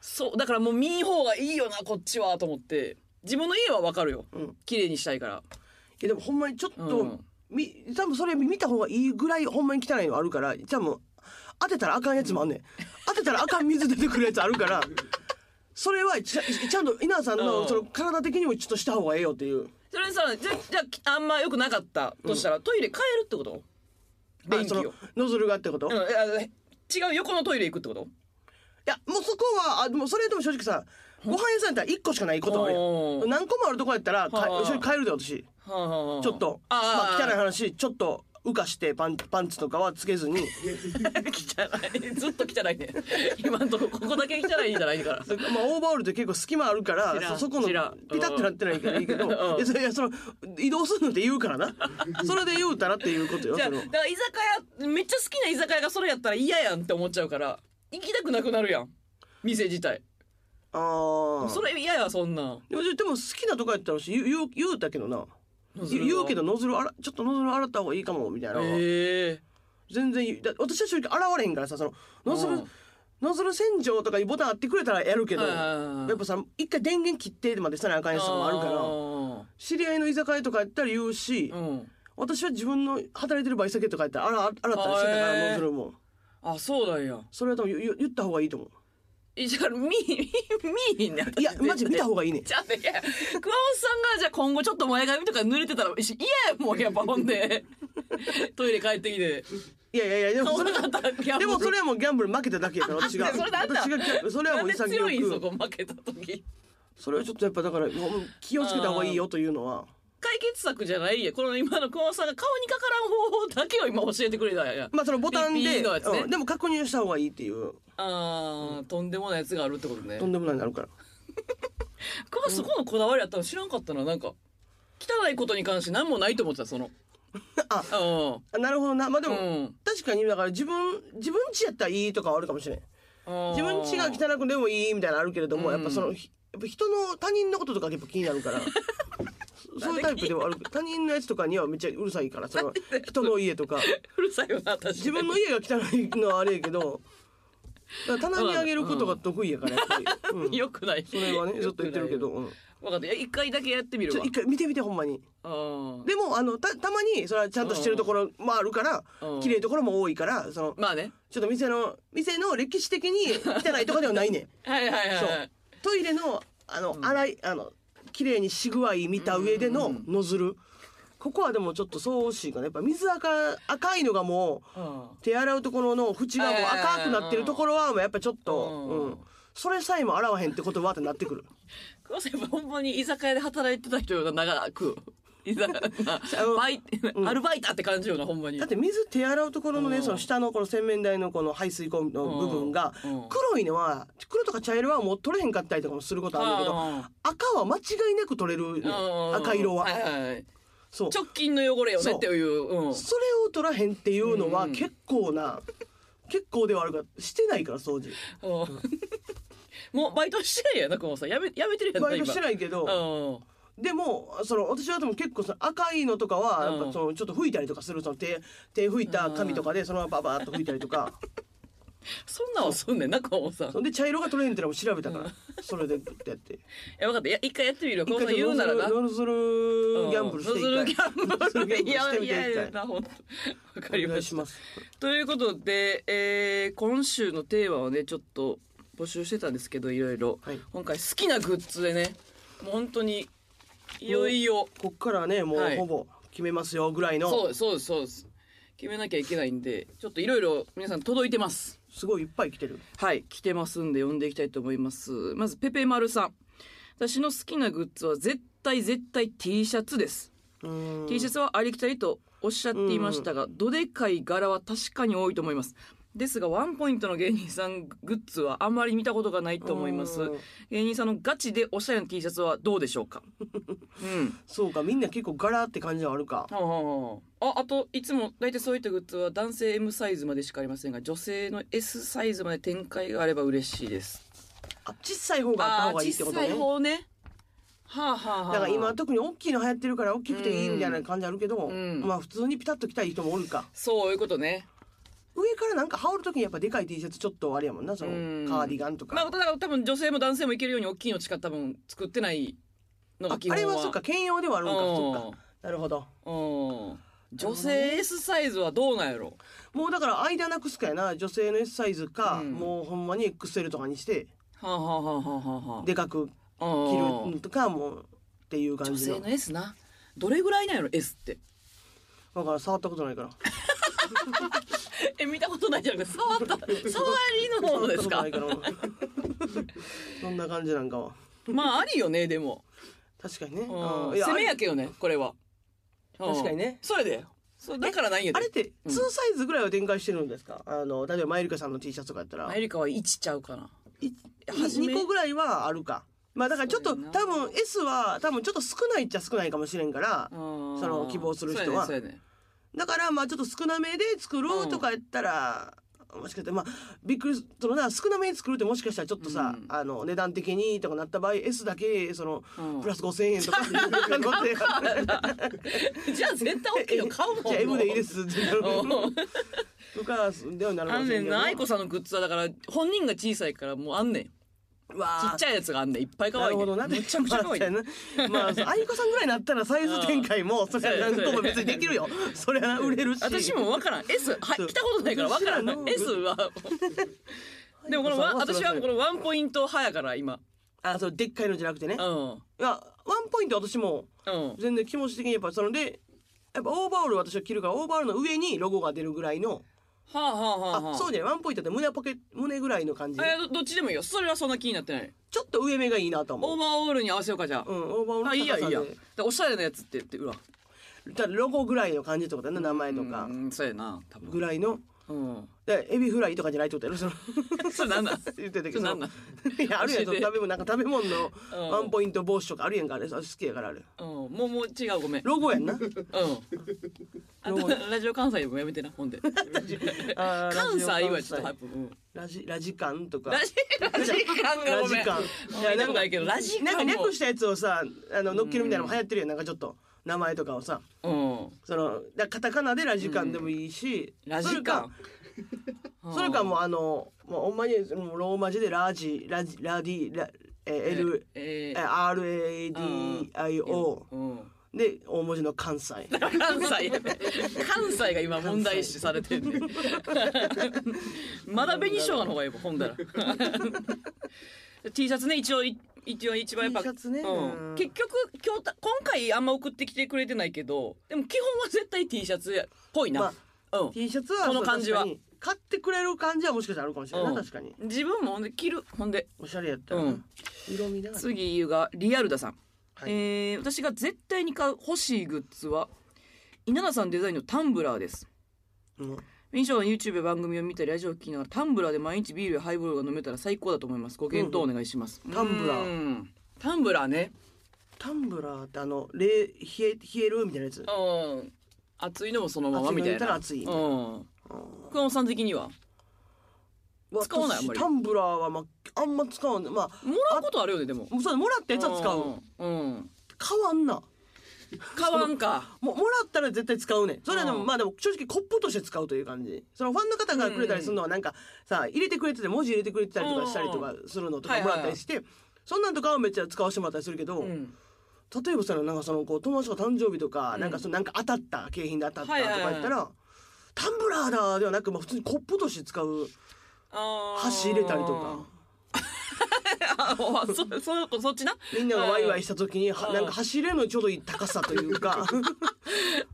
Speaker 1: そうだからもう見ん方がいいよなこっちはと思って自分の家はわかるよ、
Speaker 2: うん
Speaker 1: 綺麗にしたいから
Speaker 2: いやでもほんまにちょっと、
Speaker 1: うん
Speaker 2: み多分それ見た方がいいぐらいほんまに汚いのあるから多分当てたらあかんやつもあん ねん、当てたらあかん水出てくるやつあるからそれはちゃちゃんと稲田さん
Speaker 1: うん
Speaker 2: のその体的にもちょっとした方がええよっていう
Speaker 1: それさじゃじゃああんま良くなかったとしたら、トイレ変えるってこと
Speaker 2: あ
Speaker 1: 便器
Speaker 2: その
Speaker 1: を、
Speaker 2: ノズルがってこと、
Speaker 1: うん
Speaker 2: い
Speaker 1: いや違う横のトイレ行くってこと
Speaker 2: やもうそこはあでもそれでも正直さご飯屋さんやったら1個しかないことはあるやん
Speaker 1: おー
Speaker 2: 何個もあるとこやったらか
Speaker 1: はあ
Speaker 2: 一緒に帰るで私
Speaker 1: はあはあはあ
Speaker 2: ちょっと
Speaker 1: あー、
Speaker 2: まあ、汚い話ちょっと浮かしてパンパンツとかはつけずに。
Speaker 1: 汚いずっと汚いね今んとこここだけ汚いんじゃないから
Speaker 2: まあ、オーバーオールって結構隙間あるから
Speaker 1: 知らん
Speaker 2: そそこの
Speaker 1: 知
Speaker 2: ピ
Speaker 1: らん
Speaker 2: タってなってないからいいけど
Speaker 1: うん
Speaker 2: いやそれいやその移動するのって言うか らなそれで言うたらっていうことよ
Speaker 1: じゃあ
Speaker 2: そ
Speaker 1: だ
Speaker 2: の
Speaker 1: から居酒屋めっちゃ好きな居酒屋がそれやったら嫌やんって思っちゃうから行きたくなくなるやん店自体
Speaker 2: ああ
Speaker 1: それ嫌やそんなん
Speaker 2: でもでも好きなとこやったらし言う言う言うたけどな言う言うけどノズル洗ちょっとノズル洗った方がいいかもみたいな、
Speaker 1: え
Speaker 2: 全然言うだ私は正直洗われへんからさその
Speaker 1: え
Speaker 2: ノズルノズル洗浄とかいうボタンあってくれたらやるけど
Speaker 1: はいはい
Speaker 2: や
Speaker 1: はいはい
Speaker 2: っぱさ一回電源切ってまでさなあかんやつとかもあるから
Speaker 1: ら
Speaker 2: 知り合いの居酒屋とかやったら言うし、
Speaker 1: うん
Speaker 2: 私は自分の働いてるバイト先とかやったらあら洗ったりしてたか
Speaker 1: あへ
Speaker 2: ら
Speaker 1: ー
Speaker 2: ノズルも
Speaker 1: あそうなんや
Speaker 2: それは多分言言言った方がいいと思う
Speaker 1: えじゃあ見見見んね
Speaker 2: いやマジ見た方がいいね
Speaker 1: じゃあねいや熊本さんがじゃあ今後ちょっと前髪とか濡れてたらし嫌やもんやっぱほん でトイレ帰ってきて
Speaker 2: いやいやいやでもそれ
Speaker 1: 顔が当たる
Speaker 2: でもそれはもうギャンブル負けただけやから私が
Speaker 1: あそれなんだ
Speaker 2: 私がギャンそれは
Speaker 1: な
Speaker 2: も
Speaker 1: ん
Speaker 2: う
Speaker 1: で
Speaker 2: 潔
Speaker 1: 強いんそ
Speaker 2: く
Speaker 1: こ負けた時
Speaker 2: それはちょっとやっぱだからもう気をつけた方がいいよというのは
Speaker 1: 解決策じゃないやこの今の熊本さんが顔にかからん方法だけを今教えてくれたんや
Speaker 2: まあそのボタン
Speaker 1: ピッピ
Speaker 2: で、
Speaker 1: ーのやつね
Speaker 2: うんでも確認した方がいいっていう
Speaker 1: あーとんでもないやつがあるってことね
Speaker 2: とんでもないのあるから
Speaker 1: 熊本そこのこだわりあったの知らんかったななんか汚いことに関して何もないと思ってたその
Speaker 2: あ
Speaker 1: あ
Speaker 2: あなるほどなまあで
Speaker 1: う
Speaker 2: も、
Speaker 1: ん
Speaker 2: 確かにだから自分自分家やったらいいとかはあるかもしれん自分家が
Speaker 1: い
Speaker 2: 汚くでもいいみたいなのあるけれど
Speaker 1: う
Speaker 2: も、
Speaker 1: ん
Speaker 2: やっぱそのひやっぱ人の他人のこととかやっぱ気になる からそそういうタイプではある他人のやつとかにはめっちゃうるさいか らその人の家とか
Speaker 1: うるさいよな私
Speaker 2: 自分の家が汚いのはあれやけどだから棚にあげることが得意やからやっぱり、うん、
Speaker 1: よくない
Speaker 2: それはねずっと言ってるけど、うん、
Speaker 1: 分かったいや一回だけやってみ
Speaker 2: ち
Speaker 1: る
Speaker 2: ょ
Speaker 1: わ
Speaker 2: 一回見てみてほんまに
Speaker 1: あー
Speaker 2: でもあのたたまにそれはちゃんとしてるところもあるから
Speaker 1: うん
Speaker 2: 綺麗なところも多いからその
Speaker 1: まあね
Speaker 2: ちょっと店の店の歴史的に汚いとかではないねん
Speaker 1: はいはいはい
Speaker 2: そう
Speaker 1: はい
Speaker 2: トイレのあの洗いあの綺麗にし具合見た上でのノズルここはでもちょっとそうしいかなやっぱ水赤赤いのがも
Speaker 1: うん
Speaker 2: う手洗うところの縁がもう赤くなってるところはもうやっぱちょっと、
Speaker 1: うん
Speaker 2: うん、それさえも洗わへんってことはってなってくる
Speaker 1: 久保さんやっぱほんまに居酒屋で働いてた人が長 く居酒屋バイアルバイターって感じよなほんまに
Speaker 2: だって水手洗うところの
Speaker 1: う
Speaker 2: ね
Speaker 1: ん
Speaker 2: その下のこの洗面台のこの排水口の部分が
Speaker 1: うん
Speaker 2: 黒いのは黒とか茶色はもう取れへんかったりとかもすることあるんだけど赤は間違いなく取れるね
Speaker 1: うん
Speaker 2: 赤色はい
Speaker 1: いはい
Speaker 2: そう
Speaker 1: 直近の汚れよねっていううん
Speaker 2: それを取らへんっていうのは
Speaker 1: うん
Speaker 2: 結構な、結構ではあるからしてないから掃除
Speaker 1: うんもうバイトしてないやな久保さんやめやめてるやんな
Speaker 2: バイトしてないけど
Speaker 1: 今
Speaker 2: でもその私はでも結構その赤いのとかは
Speaker 1: うん
Speaker 2: やっぱそのちょっと拭いたりとかするその手手拭いた紙とかでそのままババーっと拭いたり とか
Speaker 1: そんなんはすんねんな河本さん
Speaker 2: そんで茶色が取れへんってのも調べたからそれでグッてやって
Speaker 1: え分かったいや一回やってみるよ
Speaker 2: 一
Speaker 1: 河本さん
Speaker 2: 回ち
Speaker 1: 言
Speaker 2: ょ
Speaker 1: う
Speaker 2: っ
Speaker 1: なら
Speaker 2: と
Speaker 1: な
Speaker 2: ノズルノズルギャンブルして
Speaker 1: ノズルギ
Speaker 2: 一
Speaker 1: ャ
Speaker 2: 回
Speaker 1: ンブルいやいやいや
Speaker 2: ノズルギャンブルしてみて一回
Speaker 1: なほんとわかり
Speaker 2: お願
Speaker 1: ま
Speaker 2: いし
Speaker 1: し
Speaker 2: ま
Speaker 1: た
Speaker 2: す
Speaker 1: ということで、えー今週のテーマをねちょっと募集してたんですけどいろいろ、
Speaker 2: はい
Speaker 1: 今回好きなグッズでねもう本当にいよいよ
Speaker 2: こっからねもう
Speaker 1: はい
Speaker 2: ほぼ決めますよぐらいの
Speaker 1: そうそうですそうです決めなきゃいけないんでちょっといろいろ皆さん届いてます
Speaker 2: すごいいっぱい来てる
Speaker 1: はい来てますんで読んでいきたいと思いますまずペペ丸さん私の好きなグッズは絶対絶対 T シャツです、
Speaker 2: うーん
Speaker 1: T シャツはありきたりとおっしゃっていましたが、どでかい柄は確かに多いと思いますですがワンポイントの芸人さんグッズはあまり見たことがないと思います
Speaker 2: うん
Speaker 1: 芸人さんのガチでおしゃれな T シャツはどうでしょ うかうん
Speaker 2: そうかみんな結構柄って感じはあるか
Speaker 1: はあはあはあああといつも大体そういったグッズは男性 M サイズまでしかありませんが女性の S サイズまで展開があれば嬉しいです
Speaker 2: あ小さい方があった
Speaker 1: あ
Speaker 2: 方
Speaker 1: あ
Speaker 2: がいい
Speaker 1: 小
Speaker 2: ってこと
Speaker 1: さい
Speaker 2: ね
Speaker 1: 方ねはあはあはあ
Speaker 2: だから今特に大きいの流行ってるから大きくていいみたいな感じあるけど、
Speaker 1: ん
Speaker 2: まあ普通にピタッと着たい人もおるか
Speaker 1: そういうことね
Speaker 2: 上からなんか羽織る時にやっぱでかい T シャツちょっとあれやもんなその
Speaker 1: うん
Speaker 2: カーディガンとか、
Speaker 1: まあただ多分女性も男性もいけるように大きいのしか多分作ってないの
Speaker 2: あ
Speaker 1: が基
Speaker 2: あ
Speaker 1: 本は
Speaker 2: れはそっか兼用ではあるのか
Speaker 1: うん
Speaker 2: そっかなるほど
Speaker 1: うん女性 S サイズはどうなんやろ
Speaker 2: もうだから間なくすかやな女性の S サイズか、
Speaker 1: うん
Speaker 2: もうほんまに XL とかにして
Speaker 1: はあはあはあはあはあ
Speaker 2: でかく着る
Speaker 1: うん
Speaker 2: のとかもうっていう感
Speaker 1: 女
Speaker 2: じ
Speaker 1: 性
Speaker 2: の
Speaker 1: の S などれぐらいなんやろ S って
Speaker 2: だから触ったことないから
Speaker 1: え見たことないじゃなくて触った触りのものですか
Speaker 2: 触ったことないからそんな感じなんかは
Speaker 1: まあありよねでも、
Speaker 2: 確かにね、
Speaker 1: うん
Speaker 2: うんいや
Speaker 1: 攻めやけどねこれは
Speaker 2: 確かにね
Speaker 1: うんそれでそうだからないんやで
Speaker 2: あれって
Speaker 1: うん
Speaker 2: 2サイズぐらいは展開してるんですか、あの例えばマユリカさんの T シャツとかやったら
Speaker 1: マユリカは1ちゃうかない初め
Speaker 2: 2個ぐらいはあるかまあだからちょっと
Speaker 1: そうやな
Speaker 2: 多分 S は多分ちょっと少ないっちゃ少ないかもしれんから
Speaker 1: その
Speaker 2: の希望する人は
Speaker 1: そうやねそうやね
Speaker 2: だからまあちょっと少なめで作ろうとかやったら、もしかしてまあびっくりそのな少なめに作るってもしかしたらちょっとさ、
Speaker 1: うん
Speaker 2: あの値段的にとかなった場合 S だけその
Speaker 1: うん
Speaker 2: プラス5000円とかっていうこと や
Speaker 1: じゃあ絶対大きいの買うもん
Speaker 2: じゃあ M でいいですすってなるとかで はなるか
Speaker 1: あ
Speaker 2: も
Speaker 1: ん
Speaker 2: し
Speaker 1: ね
Speaker 2: れ
Speaker 1: ん
Speaker 2: んけ
Speaker 1: な
Speaker 2: ど
Speaker 1: 愛子さんのグッズはだから本人が小さいからもうあんねんち
Speaker 2: わあ
Speaker 1: っちゃいやつがあんねんいっぱい可愛いねん
Speaker 2: なるほどな
Speaker 1: めちゃくちゃ可愛いねん
Speaker 2: まあ、 まあ、そう愛子さんぐらいになったらサイズ展開も、それは何個も別にできるよ。それは売れるし。
Speaker 1: 私も分からん S は
Speaker 2: そう
Speaker 1: 来たことないから分からん
Speaker 2: そう
Speaker 1: S はでもこのわ
Speaker 2: そうそうそう
Speaker 1: 私はこのワンポイント派やから今
Speaker 2: あ、そう、でっかいのじゃなくてね。
Speaker 1: う
Speaker 2: い
Speaker 1: ん
Speaker 2: や、ワンポイント私も、
Speaker 1: うん
Speaker 2: 全然気持ち的にやっぱ、そので、やっぱオーバーオール私は着るから、オーバーオールの上にロゴが出るぐらいの、
Speaker 1: はあはあはあは
Speaker 2: あ、そう
Speaker 1: じ
Speaker 2: じゃない、ワンポイントって胸ポケ、胸ぐらいの感じ。
Speaker 1: ゃどどっちでもいいよそれはそんな気になってない
Speaker 2: ちょっと上目がいいなと思
Speaker 1: オ
Speaker 2: う
Speaker 1: ー。バーオールに合わせようかじゃ
Speaker 2: うん、オーバーオール
Speaker 1: ああいいやいいや
Speaker 2: 高さで
Speaker 1: でおしゃれなやつって言ってうわ
Speaker 2: だからロゴぐらいの感じってことだな、名前とか
Speaker 1: う。んそうやな多分
Speaker 2: ぐらいの。
Speaker 1: うん
Speaker 2: だからエビフライとかじゃないってことやろその
Speaker 1: それなんなん
Speaker 2: 言ってたけ
Speaker 1: それ
Speaker 2: ど
Speaker 1: なんなん
Speaker 2: いやあるやん
Speaker 1: 教
Speaker 2: そ
Speaker 1: えて
Speaker 2: の食べ物なんか食べ物の
Speaker 1: うん
Speaker 2: ワンポイント帽子とかあるやんかあれあれ好きやからあれ
Speaker 1: うんもうもう違うごめん
Speaker 2: ロゴやんな
Speaker 1: うんあとラジオ関西もやめてな ほんで
Speaker 2: あ ー
Speaker 1: 関西
Speaker 2: ラジオ
Speaker 1: はちょっと
Speaker 2: 関
Speaker 1: ハ
Speaker 2: 西
Speaker 1: プうん
Speaker 2: ラジラジカンとか
Speaker 1: ラジラジカンが
Speaker 2: ラ
Speaker 1: ご
Speaker 2: ジ
Speaker 1: めん
Speaker 2: カン
Speaker 1: いやなんかないけどラジカン
Speaker 2: なんか
Speaker 1: も
Speaker 2: 略したやつをさあの乗っけるみたいなのも流行ってるやんなんかちょっと名前とかをさ
Speaker 1: うん
Speaker 2: そのだカタカナでラジカンでもいいし、
Speaker 1: ラジカン
Speaker 2: それかそれかもうあのもうほんまにもうローマ字でラジラジラディラえー L
Speaker 1: え
Speaker 2: え
Speaker 1: ー
Speaker 2: ー RADIO
Speaker 1: うん
Speaker 2: で大文字の 関西
Speaker 1: 関西やね関西が今問題視されてんねんまだ紅生姜の方がいいもんほんだら T シャツね一応い一応一番やっぱ
Speaker 2: T シャツね
Speaker 1: う、
Speaker 2: うんん
Speaker 1: 結局今日た今回あんま送ってきてくれてないけどでも基本は絶対 T シャツやっぽいな、うん
Speaker 2: T シャツは
Speaker 1: この感じは
Speaker 2: そう確かに買ってくれる感じはもしかしたらあるかもしれな
Speaker 1: う
Speaker 2: いな、
Speaker 1: ん
Speaker 2: 確かに
Speaker 1: 自分もほんで着るほんで
Speaker 2: おしゃれやったらな、
Speaker 1: うん
Speaker 2: 色味だから
Speaker 1: 次がリアルダさん、
Speaker 2: はい
Speaker 1: えー私が絶対に買う欲しいグッズは稲田さんデザインのタンブラーです
Speaker 2: うん
Speaker 1: 民賞の YouTube や番組を見たりラジオを聞きながらタンブラーで毎日ビールやハイボールが飲めたら最高だと思いますご検討お願いします、
Speaker 2: んタンブラー
Speaker 1: ータンブラーね
Speaker 2: タンブラーってあの冷冷え冷えるみたいなやつ
Speaker 1: うん熱いのもそのままみたいな
Speaker 2: 熱いの
Speaker 1: う
Speaker 2: 入
Speaker 1: ん福本さん的には使わないあんまり
Speaker 2: 私タンブラーは、まあ、あんま使わないまあ
Speaker 1: もらうことあるよねでも
Speaker 2: そうだもらったやつは使う
Speaker 1: うん、うん
Speaker 2: 変わんな
Speaker 1: 買わんか。
Speaker 2: もうもらったら絶対使うねんそれはでも、
Speaker 1: うん
Speaker 2: まあでも正直コップとして使うという感じそのファンの方がくれたりするのはなんかさ入れてくれてて文字入れてくれてたりとかしたりとかするのとか
Speaker 1: うん
Speaker 2: もらったりして、そんなんとかはめっちゃ使わせてもらったりするけど、
Speaker 1: うん。
Speaker 2: 例えばそのなんかそのこう友達が誕生日とか、
Speaker 1: うん
Speaker 2: なんかそのなんか当たった景品で当たった
Speaker 1: はい
Speaker 2: と
Speaker 1: はい
Speaker 2: か
Speaker 1: はい
Speaker 2: 言ったら、タンブラーだではなく、まあ、普通にコップとして使う
Speaker 1: あー
Speaker 2: 箸入れたりとか。
Speaker 1: あーそそそそっちな。
Speaker 2: みんながワイワイした時には
Speaker 1: うん
Speaker 2: なんか走れるのにちょうどいい高さと いうか、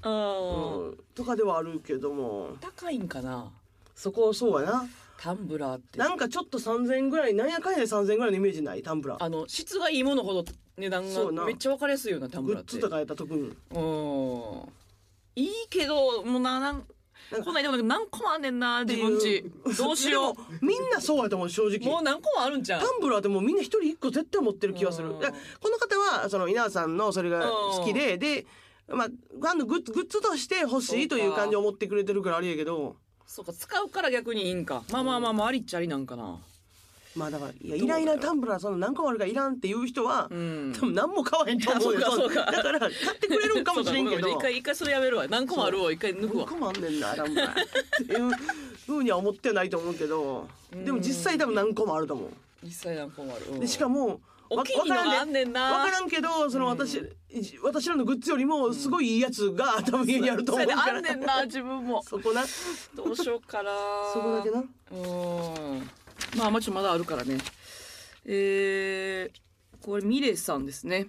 Speaker 1: あー
Speaker 2: うんとかではあるけども
Speaker 1: 高いんかな。
Speaker 2: そこはそうやな
Speaker 1: タンブラーって。
Speaker 2: なんかちょっと3,000円ぐらいなんやかんやで3,000円ぐらいのイメージないタンブラー
Speaker 1: あの質がいいものほど値段
Speaker 2: そう
Speaker 1: が
Speaker 2: な
Speaker 1: めっちゃ分かりやすいようなタン
Speaker 2: グ
Speaker 1: ブラ
Speaker 2: ッ
Speaker 1: ーって。
Speaker 2: ズとかやったら特
Speaker 1: う
Speaker 2: に
Speaker 1: ん。いいけどもうななん
Speaker 2: なんか
Speaker 1: こないだも何個もあんねんな
Speaker 2: て
Speaker 1: 自
Speaker 2: いう
Speaker 1: 分ち。どうしよ
Speaker 2: でもみんなそうやと思う正
Speaker 1: う。も
Speaker 2: 直
Speaker 1: う何個もあるんじゃん
Speaker 2: タ。ンブラーってもうみんな一人一個絶対持ってる気がす
Speaker 1: う
Speaker 2: る
Speaker 1: ん
Speaker 2: だからこの方はその稲田さんのそれが好きででまあファンのグッズグッズとして欲しいという感じを持ってくれてるからありやけど
Speaker 1: そうか使うから逆にいいんか。まあまあまあまあありっちゃありなんかな。
Speaker 2: まあだからいやいらんいらんタンブラーその何個もあるからいらんっていう人は、
Speaker 1: うん。
Speaker 2: 多分何も買わへんと思うよ
Speaker 1: いや そうかそうか
Speaker 2: だから買ってくれるんかもしれんけ
Speaker 1: そうかごめご
Speaker 2: ど
Speaker 1: め一回一回それやめるわ何個もあるわ一回抜くわ
Speaker 2: 僕もあんねんな多分っていうふうには思ってないと思うけどでも実際多分何個もあると思う
Speaker 1: 実際何個もある、うん
Speaker 2: でしかも
Speaker 1: 大
Speaker 2: わ
Speaker 1: きいのがあんねんな
Speaker 2: わからんけどその私、私らのグッズよりもすごいいいやつが多分家にあると
Speaker 1: そ
Speaker 2: 思う
Speaker 1: れで
Speaker 2: か
Speaker 1: あ
Speaker 2: ら
Speaker 1: んねんな自分も
Speaker 2: そこなそ
Speaker 1: どうしようかな
Speaker 2: こだけな
Speaker 1: うんまあまあちょっとまだあるからねえー、これミレさんですね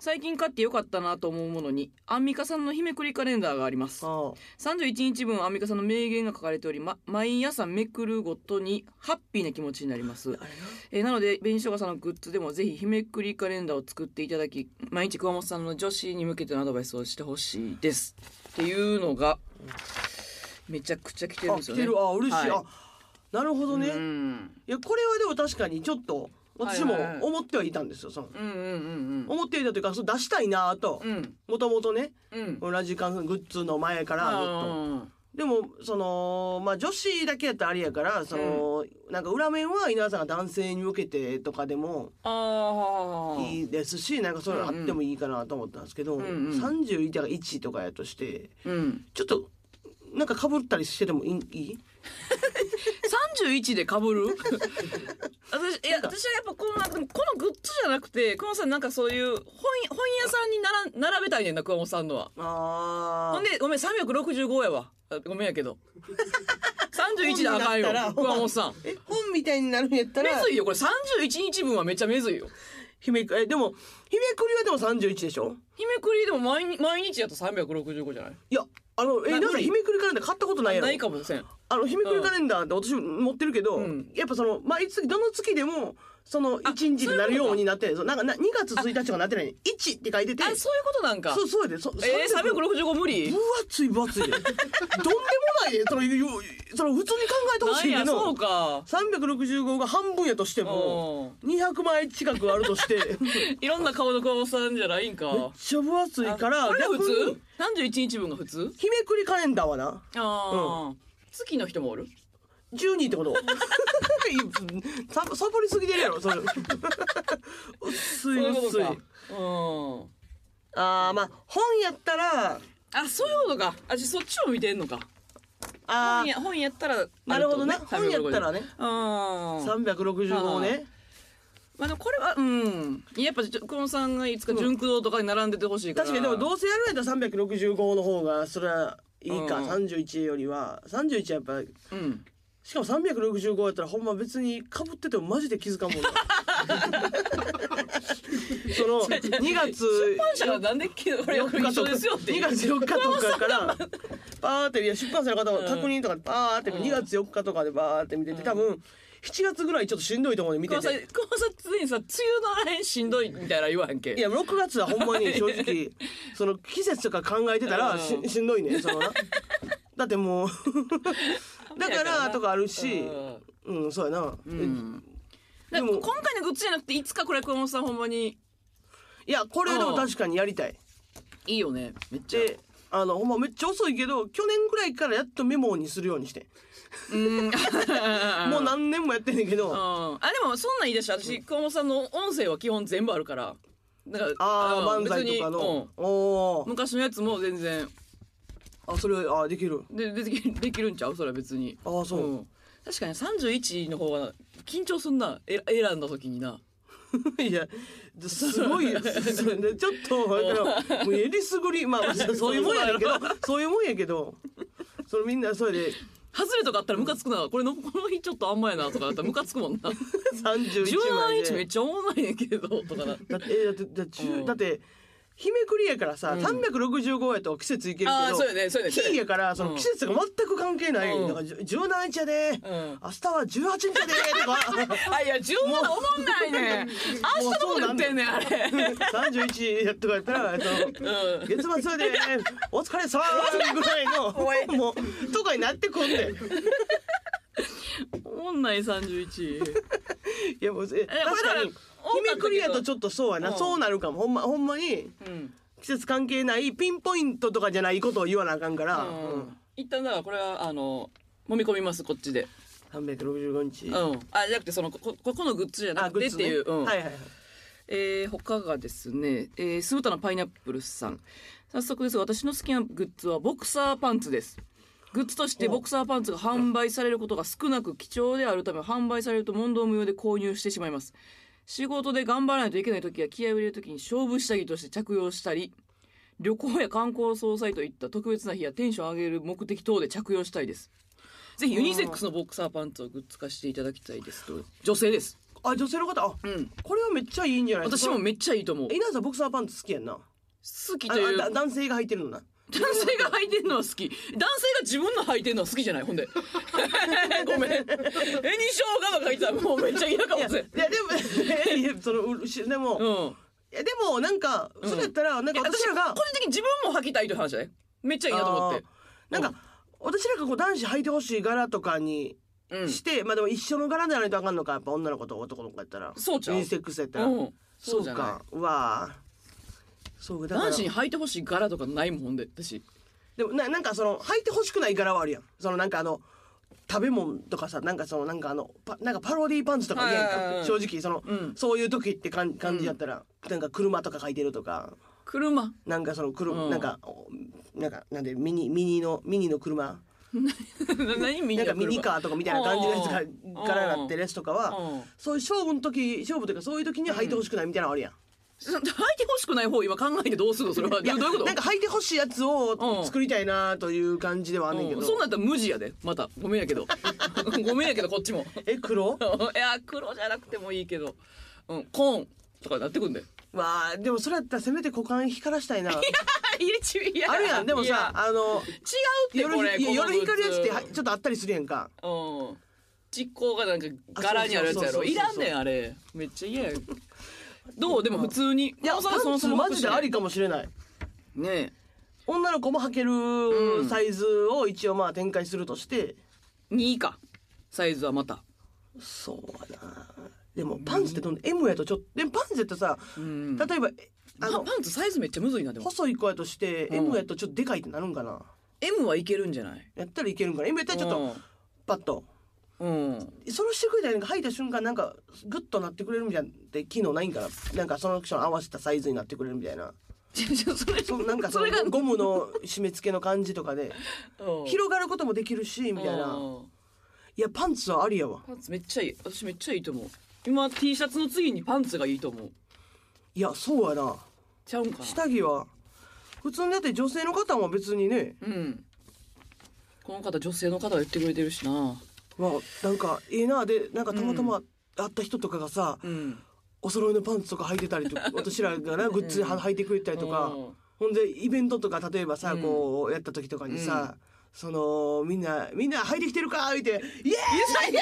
Speaker 1: 最近買ってよかったなと思うものにアンミカさんの日めくりカレンダーがあります
Speaker 2: あ
Speaker 1: 31日分アンミカさんの名言が書かれており、ま、毎朝めくるごとにハッピーな気持ちになります
Speaker 2: ああれ
Speaker 1: えーなので紅しょうがさんのグッズでもぜひ日めくりカレンダーを作っていただき毎日熊本さんの女子に向けてのアドバイスをしてほしいですっていうのがめちゃくちゃ来てる
Speaker 2: なんあ
Speaker 1: ですよ
Speaker 2: 来て
Speaker 1: ね。
Speaker 2: るあ嬉しい、
Speaker 1: はい
Speaker 2: あなるほどね、
Speaker 1: う
Speaker 2: い
Speaker 1: ん
Speaker 2: やこれはでも確かにちょっと私も
Speaker 1: はいはいはい
Speaker 2: 思ってはいたんですよその
Speaker 1: うんうん
Speaker 2: 思っていたというかそう出したいなぁと
Speaker 1: うんうん
Speaker 2: もともとね
Speaker 1: うん
Speaker 2: ラジカングッズの前からずっとでもそのまあ女子だけやったらあれやからその、なんか裏面は稲田さんが男性に向けてとかでも
Speaker 1: ああ
Speaker 2: いいですし、なんかそういうのあってもいいかなと思ったんですけど、
Speaker 1: うんうん
Speaker 2: 31だから1とかやとして
Speaker 1: うん
Speaker 2: ちょっとなんか被ったりしててもいいいい
Speaker 1: 31でかぶる私いや私はやっぱこのなんかこのグッズじゃなくてこのさんなんかそういう本本屋さんになら並べたいねんな熊本さんのは。
Speaker 2: あ
Speaker 1: ほんで、ごめん、365やわ。あごめんやけ ど。31であかんよ
Speaker 2: 本になったら、
Speaker 1: 桑本 さん。
Speaker 2: え本みたいになるんやったら
Speaker 1: めずいよ、これ31日分はめっちゃめずいよ。
Speaker 2: ひめくえでもひめくりはでも31でしょ
Speaker 1: 日めくりでも毎日毎日やと365じゃない
Speaker 2: いやあのえ
Speaker 1: な
Speaker 2: なんか
Speaker 1: 無理
Speaker 2: ひめくりカレンダー買ったことないやろ
Speaker 1: ないかもせん。
Speaker 2: あの日めくりカレンダーって私持ってるけど、
Speaker 1: うん
Speaker 2: やっぱその毎月どの月でもその一日になるようになってそうなんかな2月1日とかなってない1って書いてて
Speaker 1: あ、そういうことなんか。
Speaker 2: そうそうやでそ
Speaker 1: えー、
Speaker 2: それで
Speaker 1: 365無理
Speaker 2: 分厚い分厚い でとんでもないでそのよその普通に考えてほ
Speaker 1: な
Speaker 2: し
Speaker 1: ん
Speaker 2: いけ
Speaker 1: や、そう
Speaker 2: ど
Speaker 1: か。
Speaker 2: 365が半分やとしても200万円近くある としてめっ
Speaker 1: いろんな顔の桑本さんじゃないんか。
Speaker 2: ちゃ分厚いから
Speaker 1: これ普
Speaker 2: 逆に
Speaker 1: 通 ?31 日分が普通
Speaker 2: 日めくりカレンダーはな
Speaker 1: ああ。月の人もおる
Speaker 2: 12ってこと いやサボサボりすぎてるやろそれ 薄
Speaker 1: そう
Speaker 2: い
Speaker 1: いうこと
Speaker 2: 薄い
Speaker 1: か。うん。
Speaker 2: あーまあ本やったら
Speaker 1: あ、そういうことか。あ、じゃあそっちを見てんのか。
Speaker 2: あ
Speaker 1: 本
Speaker 2: ー
Speaker 1: や本やったらる
Speaker 2: なるほどね本やったらね
Speaker 1: うん
Speaker 2: 365ね
Speaker 1: まあでもこれはうんやっぱちょ久保さんがいつか純駆動とかに並んでてほしいから
Speaker 2: 確かにでもど
Speaker 1: う
Speaker 2: うせやるんやったら365の方がそれはいいか、
Speaker 1: うん
Speaker 2: 31よりは31やっぱ
Speaker 1: うん
Speaker 2: しかも365やったらほんま別にかぶっててもマジで気づかんも んなその2月
Speaker 1: 本社がなんできこれ
Speaker 2: 4日
Speaker 1: 一
Speaker 2: と
Speaker 1: 緒
Speaker 2: か
Speaker 1: ですよって
Speaker 2: 2月4日と かからパーっていや出版社の方も確認とかでパーって
Speaker 1: うん
Speaker 2: 2月4日とかでバーって見てて多分7月ぐらいちょっとしんどいと思うんで見
Speaker 1: 久
Speaker 2: て
Speaker 1: 保さん
Speaker 2: て
Speaker 1: 久保さん常にさ梅雨のらへんしんどいみたいな言わへんけ
Speaker 2: いや6月はほんまに正直その季節とか考えてたらし
Speaker 1: うん
Speaker 2: しんどいねそのなだってもう だからとかあるし
Speaker 1: うん
Speaker 2: うんそうやな
Speaker 1: うん
Speaker 2: で
Speaker 1: で
Speaker 2: も
Speaker 1: も今回のグッズじゃなくていつかこれ久保さんほんまに
Speaker 2: いやこれでも確かにやりたい
Speaker 1: いいよねめっちゃ
Speaker 2: であのほんまめっちゃ遅いけど去年ぐらいからやっとメモにするようにして
Speaker 1: うん
Speaker 2: もう何年もやってんねんけど
Speaker 1: うんあでもそんなんいいでしょ私久保さんの音声は基本全部あるからだから
Speaker 2: ああ
Speaker 1: の
Speaker 2: 漫才とか
Speaker 1: 別に
Speaker 2: の
Speaker 1: う、
Speaker 2: おお
Speaker 1: ん昔のやつも全然
Speaker 2: ーあそれあできる
Speaker 1: でできできるんちゃうそれは別に
Speaker 2: ああそう、
Speaker 1: ん確かに31の方が緊張すんなえ選んだ時に ない
Speaker 2: や、 すごいよ。それでちょっと、あれから、もうえりすぐり、まあ、そういうもんやね んけど、そういうもんやけど、そのみんなそれで、
Speaker 1: 外れとかあったらムカつくなこれのこの日ちょっとあんまやなとかだったらムカつくもん な
Speaker 2: 31
Speaker 1: 17
Speaker 2: 枚
Speaker 1: 日めっ
Speaker 2: で。
Speaker 1: ちゃおもんないねんけどとかな
Speaker 2: だって、えだって、だっ
Speaker 1: う
Speaker 2: て、十
Speaker 1: ん
Speaker 2: だってひめくりやからさ、
Speaker 1: ん
Speaker 2: 365やと季節いける
Speaker 1: あ
Speaker 2: け
Speaker 1: あ
Speaker 2: ど
Speaker 1: そう、よねそうよねそうよ
Speaker 2: 金
Speaker 1: ね
Speaker 2: やから、その季節が全く関係ない。
Speaker 1: うん
Speaker 2: だから、17日やで、
Speaker 1: ん
Speaker 2: 明日は18日やで、と か。
Speaker 1: あいや17おもんない ねん明日のこと言ってんねんあれ
Speaker 2: 31やとかやったら、えっと、
Speaker 1: うん
Speaker 2: 月末やでお疲れさーんぐらいの
Speaker 1: おい
Speaker 2: もうとかになってこんねん
Speaker 1: おもんない31
Speaker 2: いやもうえ確
Speaker 1: これだから
Speaker 2: かに日めくりやとちょっとそうやな、
Speaker 1: うん
Speaker 2: そうなるかもほんまほんまに
Speaker 1: うん
Speaker 2: 季節関係ないピンポイントとかじゃないことを言わなあかんから、う
Speaker 1: うんん一旦だからこれはあの揉み込みますこっちで
Speaker 2: 365日、
Speaker 1: うんあじゃなくてそのこここのグッズじゃな
Speaker 2: あグ
Speaker 1: くて
Speaker 2: ッ
Speaker 1: っ
Speaker 2: ズ
Speaker 1: て
Speaker 2: ね
Speaker 1: いう、うん
Speaker 2: はいはいはい
Speaker 1: えー他がですね、えー、酢豚のパイナップルさん。早速ですが、私の好きなグッズはボクサーパンツです。グッズとしてボクサーパンツが販売されることが少なく貴重であるため、販売されると問答無用で購入してしまいます。仕事で頑張らないといけない時や気合を入れる時に勝負下着として着用したり、旅行や観光総裁といった特別な日やテンション上げる目的等で着用したいです。ぜひユニセックスのボクサーパンツをグッズ化していただきたいですと。女性です。
Speaker 2: あ女性の方あ
Speaker 1: うん。
Speaker 2: これはめっちゃいいんじゃない
Speaker 1: 私も
Speaker 2: こ
Speaker 1: めっちゃいいと思う
Speaker 2: れ。稲田さんボクサーパンツ好きやんな
Speaker 1: 好き
Speaker 2: あ
Speaker 1: という
Speaker 2: あだ
Speaker 1: 男
Speaker 2: 男性が履いてるのな
Speaker 1: 性が履いてるのは好き男性が自分の履いてるのは好きじゃないほん でご めん紅生姜とか書いてたらもうめっちゃ嫌か
Speaker 2: いや
Speaker 1: も
Speaker 2: い
Speaker 1: しれん
Speaker 2: やでも いやそのうしでも、
Speaker 1: う
Speaker 2: い
Speaker 1: ん
Speaker 2: やでもなんかそれやったらなん
Speaker 1: え
Speaker 2: か私
Speaker 1: 私
Speaker 2: ら
Speaker 1: は
Speaker 2: が
Speaker 1: 個人的に自分も履きたいという話だねめっちゃいいなと思って
Speaker 2: あーなんか、私らがこう男子履いてほしい柄とかに
Speaker 1: うん
Speaker 2: して、まあでも一緒の柄でゃないとあかんのかやっぱ女の子と男の子やったら
Speaker 1: そうちゃう
Speaker 2: ユニセックスやったら、
Speaker 1: うん
Speaker 2: そ
Speaker 1: そう
Speaker 2: う
Speaker 1: じゃ
Speaker 2: か
Speaker 1: な
Speaker 2: うわあそう
Speaker 1: い
Speaker 2: だから
Speaker 1: 男子に履いてほしい柄とかないもんほんで私
Speaker 2: でもななんかその履いてほしくない柄はあるやんそのなんかあの食べ物とかさなんかそのなんかあのパなんかパロディーパンツとか見えん
Speaker 1: はいはいはい
Speaker 2: か
Speaker 1: はい
Speaker 2: 正直その、
Speaker 1: うん
Speaker 2: そういう時って感感じやったら、なんか車とか書いてるとか
Speaker 1: 車
Speaker 2: なんかその車、
Speaker 1: うん
Speaker 2: なんかおなんかなんでミニミニのミニの車
Speaker 1: 何ミニ
Speaker 2: なんかミニカ
Speaker 1: ー
Speaker 2: ーとかみたいな感じのやつ
Speaker 1: うん
Speaker 2: がからなってるやつとか
Speaker 1: うん
Speaker 2: はそういう勝負の時勝負というかそういう時には履いてほしくないみたいなのあるやん。
Speaker 1: 履いてほしくない方今考えてどうするのそれはど
Speaker 2: いや
Speaker 1: ういうこと
Speaker 2: なんか履いてほしいやつ
Speaker 1: う
Speaker 2: を
Speaker 1: ん
Speaker 2: 作りたいなという感じではあんねんけ
Speaker 1: う
Speaker 2: ど
Speaker 1: ん、そうなったら無地やでまたごめんやけ どごめんやけどこっちも
Speaker 2: え黒
Speaker 1: いや黒じゃなくてもいいけど、うん、コーンとかなってくんで
Speaker 2: わあでもそれやったらせめて股間光 ら したいなあ
Speaker 1: 入れちいや
Speaker 2: るやんでも
Speaker 1: い
Speaker 2: さあ
Speaker 1: 違う
Speaker 2: の
Speaker 1: って
Speaker 2: 夜
Speaker 1: これ
Speaker 2: ひいや夜光るやつっては
Speaker 1: こ
Speaker 2: ちょっとあったりするやんか
Speaker 1: のうん実行がなんか柄にあるやつや
Speaker 2: あそうそうそうそ
Speaker 1: ろ
Speaker 2: う
Speaker 1: いらんねんあれめっちゃ 嫌やどうでも普通にい
Speaker 2: いやパンツマジでありかもしれない
Speaker 1: ねえ
Speaker 2: 女の子も履け
Speaker 1: ん
Speaker 2: るサイズを一応まあ展開するとして、
Speaker 1: 2位かサイズはまた
Speaker 2: そうやなでもパンツってどんどん M やとちょっとでもパンツってさ、
Speaker 1: ん
Speaker 2: 例えばえあ
Speaker 1: パ
Speaker 2: の
Speaker 1: パンツサイズめっちゃむずいなでも
Speaker 2: 細い子やとして
Speaker 1: ん
Speaker 2: M やとちょっとでかいってなるんかな、
Speaker 1: M はいけるんじゃない
Speaker 2: やったらいけるんかな M やったらちょっとパッと
Speaker 1: うん、 うん
Speaker 2: それしてくれたらなんか履いた瞬間なんかグッとなってくれるみたいなって機能ないんかななんかその人に合わせたサイズになってくれるみたいな
Speaker 1: ちょちょそれ
Speaker 2: そなんかそ
Speaker 1: それが
Speaker 2: のゴムの締め付けの感じとかで
Speaker 1: 広
Speaker 2: 広がることもできるしみたいな「いやパンツはありやわ
Speaker 1: パンツめっちゃいい私めっちゃいいと思う今 T シャツの次にパンツがいいと思う」
Speaker 2: いやそうやな
Speaker 1: ちゃうんかな
Speaker 2: 下着は普通にだって女性の方も別にね
Speaker 1: うんこの方女性の方が言ってくれてるしな
Speaker 2: まあなんかええなでなんかたまたま会った人とかがさ、
Speaker 1: うん
Speaker 2: お揃いのパンツとか履いてたりとか私らがなグッズは履いてくれたりとか、
Speaker 1: うん
Speaker 2: ほんでイベントとか例えばさ、
Speaker 1: うん
Speaker 2: こうやった時とかにさ、そのみんなみんな履いてきてるか言うて「イエーイ!」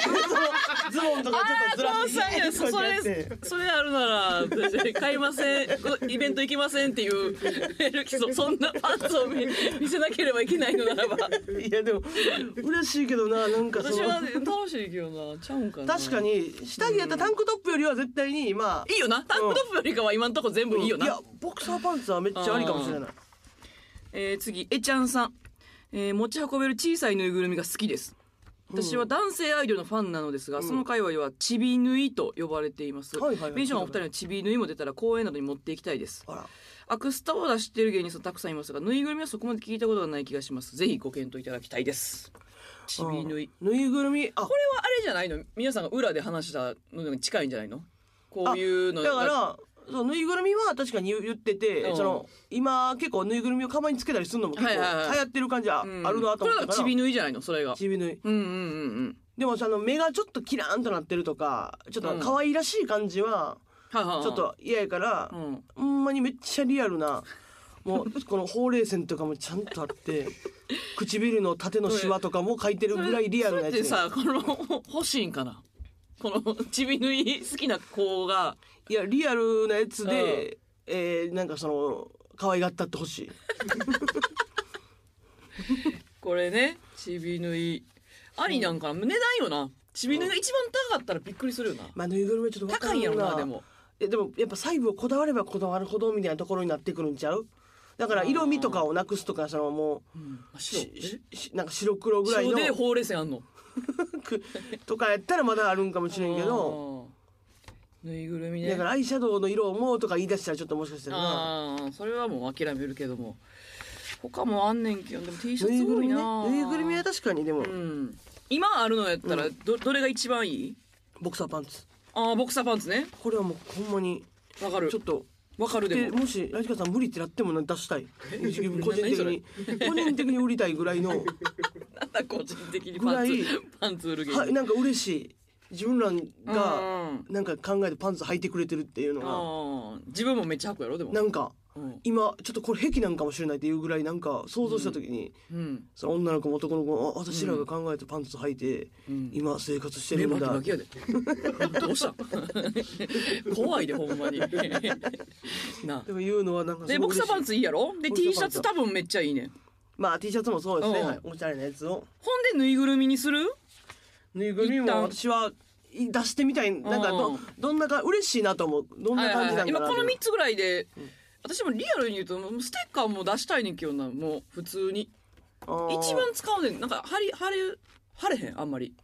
Speaker 2: ズボンとかちょっとず
Speaker 1: あ
Speaker 2: ら
Speaker 1: ーそうや
Speaker 2: して
Speaker 1: そ
Speaker 2: こうや
Speaker 1: れ
Speaker 2: ってやって
Speaker 1: それあるなら私買いません こイベント行きませんっていうそそんなパンツを見見せなければいけないのならば
Speaker 2: いやでも嬉しいけどななんかそ
Speaker 1: 私は
Speaker 2: の
Speaker 1: 楽しいけどなちゃうんかな
Speaker 2: 確かに下着やったらタンクトップよりは絶対にまあ
Speaker 1: いいよなタンクトップよりかは今んとこ全部いいよな、
Speaker 2: いやボクサーパンツはめっちゃありかもしれない。
Speaker 1: えー次えちゃんさん、えー持ち運べる小さいぬいぐるみが好きです私は男性アイドルのファンなのですが、その界隈はちびぬいと呼ばれています。
Speaker 2: はいはいはい
Speaker 1: ベンションお二人のちびぬいも出たら公演などに持っていきたいです。
Speaker 2: あら
Speaker 1: アクスタを出している芸人さんたくさんいますが、ぬいぐるみはそこまで聞いたことがない気がします。ぜひご検討いただきたいです。ちびぬい。
Speaker 2: うんぬいぐるみあ
Speaker 1: これはあれじゃないの皆さんが裏で話したのに近いんじゃないのこういうの
Speaker 2: だからそうぬいぐるみは確かに言言ってて、
Speaker 1: うん
Speaker 2: その今結構ぬいぐるみを釜につけたりするのも結
Speaker 1: は
Speaker 2: 構
Speaker 1: い
Speaker 2: 流
Speaker 1: はいはい
Speaker 2: 行ってる感じはあ
Speaker 1: う
Speaker 2: る
Speaker 1: ん
Speaker 2: なと思った
Speaker 1: こ
Speaker 2: から、
Speaker 1: れはちびぬいじゃないのそれが
Speaker 2: ちびぬい
Speaker 1: うんうんうんうん
Speaker 2: でもその目がちょっとキラーンとなってるとかちょっと可愛らしい感じ
Speaker 1: は
Speaker 2: は
Speaker 1: いはいはい
Speaker 2: ちょっと嫌やから、
Speaker 1: うん
Speaker 2: ほんまにめっちゃリアルなもうこのほうれい線とかもちゃんとあ って唇の縦のシワとかも書いてるぐらいリアルなや
Speaker 1: それって
Speaker 2: つ
Speaker 1: さこの欲しいんかなこのちびぬい好きな子が
Speaker 2: いやリアルなやつで、えーなんかその可愛がったってほしい
Speaker 1: これねちびぬいありなんかな値段よなちびぬいが一番高かったらびっくりするよな
Speaker 2: まあぬいぐるみはちょっとわか
Speaker 1: 高
Speaker 2: る
Speaker 1: いんやろ
Speaker 2: な
Speaker 1: なでも
Speaker 2: えでもやっぱ細部をこだわればこだわるほどみたいなところになってくるんちゃうだから色味とかをなくすとかそのも
Speaker 1: うん
Speaker 2: う
Speaker 1: 白
Speaker 2: しししなんか白黒ぐらい
Speaker 1: 白
Speaker 2: の
Speaker 1: でほうれい線あんの
Speaker 2: く とかやったらまだあるんかもしれんけど
Speaker 1: うんぬいぐるみね
Speaker 2: だからアイシャドウの色をもうとか言い出したらちょっともしかしたらな
Speaker 1: ああそれはもう諦めるけども他もあんねんけどでも T シャ
Speaker 2: ぬい
Speaker 1: ツ
Speaker 2: ぐ
Speaker 1: 多
Speaker 2: る
Speaker 1: い
Speaker 2: みね
Speaker 1: な
Speaker 2: ぬいぐるみは確かにでも、
Speaker 1: うん今あるのやったらど,、どれが一番いい
Speaker 2: ボクサーパンツ
Speaker 1: ああボクサーパンツね
Speaker 2: これはもうほんまに
Speaker 1: わかる
Speaker 2: ちょっと
Speaker 1: わかるで
Speaker 2: で
Speaker 1: も
Speaker 2: もしラジカさん無理ってなってもな 出したい自分個人的
Speaker 1: 何
Speaker 2: に個人的に売りたいぐら いの
Speaker 1: なんだ個人的にパン
Speaker 2: ぐ
Speaker 1: ツ
Speaker 2: らい
Speaker 1: パンツ売る芸人
Speaker 2: はなんか嬉しい自分らが
Speaker 1: うん
Speaker 2: なんか考えてパンツ履いてくれてるっていうのが
Speaker 1: あー自分もめっちゃ履くやろでも
Speaker 2: なんか
Speaker 1: うん、
Speaker 2: 今ちょっとこれ癖なんかもしれないっていうぐらいなんか想像した時に、
Speaker 1: うん
Speaker 2: その女の子も男の子もあ私らが考えてパンツ履いて、
Speaker 1: うん
Speaker 2: 今生活して
Speaker 1: 目
Speaker 2: る
Speaker 1: バ
Speaker 2: ん
Speaker 1: キ
Speaker 2: だ、
Speaker 1: バキやで どうしたん 怖いでほんまになあ
Speaker 2: でもいうのはなんか
Speaker 1: でボクサーパン
Speaker 2: ツ
Speaker 1: ツいいやろで
Speaker 2: ボクサ
Speaker 1: T
Speaker 2: ー
Speaker 1: シ
Speaker 2: パ
Speaker 1: ャ
Speaker 2: ンツ
Speaker 1: ツ多分めっちゃいいねん
Speaker 2: まあ T シャツもそうですね、
Speaker 1: うん
Speaker 2: はいおしゃれなやつを
Speaker 1: ほんでぬいぐるみにする
Speaker 2: ぬいぐるみ
Speaker 1: 一旦
Speaker 2: も私はい出してみたいなんか
Speaker 1: う
Speaker 2: ど
Speaker 1: ん
Speaker 2: どんなか嬉しいなと思うどんな感じなんかな
Speaker 1: 今
Speaker 2: と
Speaker 1: こ
Speaker 2: 思
Speaker 1: の
Speaker 2: う
Speaker 1: 3つぐらいで、私もリアルに言うともうステッカーも出したいねんけどなもう普通に
Speaker 2: あー
Speaker 1: 一番使うねんなんか貼り貼れ貼れへんあんまり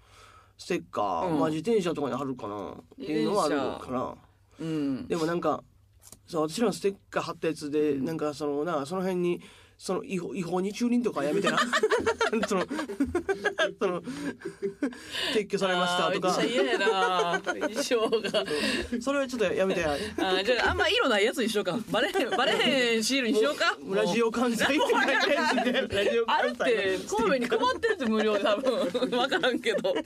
Speaker 2: ステッカー、
Speaker 1: うん
Speaker 2: まあ自転車とかに貼るかなっていうのはあるかな
Speaker 1: うん
Speaker 2: でもなんかそう私らのステッカー貼ったやつで、なんかそのなその辺にその違法違法に駐輪とかや めてなそのその撤去されましたと
Speaker 1: あ
Speaker 2: か
Speaker 1: ーめっちゃ嫌やな衣装が
Speaker 2: それはちょっとやめて
Speaker 1: あーじゃああんま色ないやつにしようかバレへんバレへんシールにしようかもう
Speaker 2: ラジオ関西って書いてあるやつでラジオ
Speaker 1: ある
Speaker 2: 関
Speaker 1: っ
Speaker 2: 西
Speaker 1: て神戸に配ってるって無料で多分分からんけど
Speaker 2: で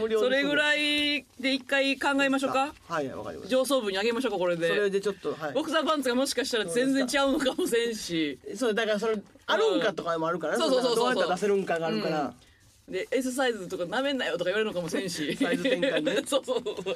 Speaker 2: 無料
Speaker 1: それぐ
Speaker 2: い
Speaker 1: らいで一回考えましょうか
Speaker 2: はいわかりました
Speaker 1: 上層部にあげましょうかこれ
Speaker 2: それ
Speaker 1: で
Speaker 2: でちょっとはい
Speaker 1: ボクサーパンツがもしかしたら全然違うのかもせんし
Speaker 2: そうだからそれあるんかとかもあるから、ね
Speaker 1: うんそうそうそうそう
Speaker 2: どうやったら出せるんかがあるから、
Speaker 1: うんで S サイズとかなめんなよとか言われるのかもせんし
Speaker 2: サイズ転換 ね
Speaker 1: そうそうそう
Speaker 2: 確かに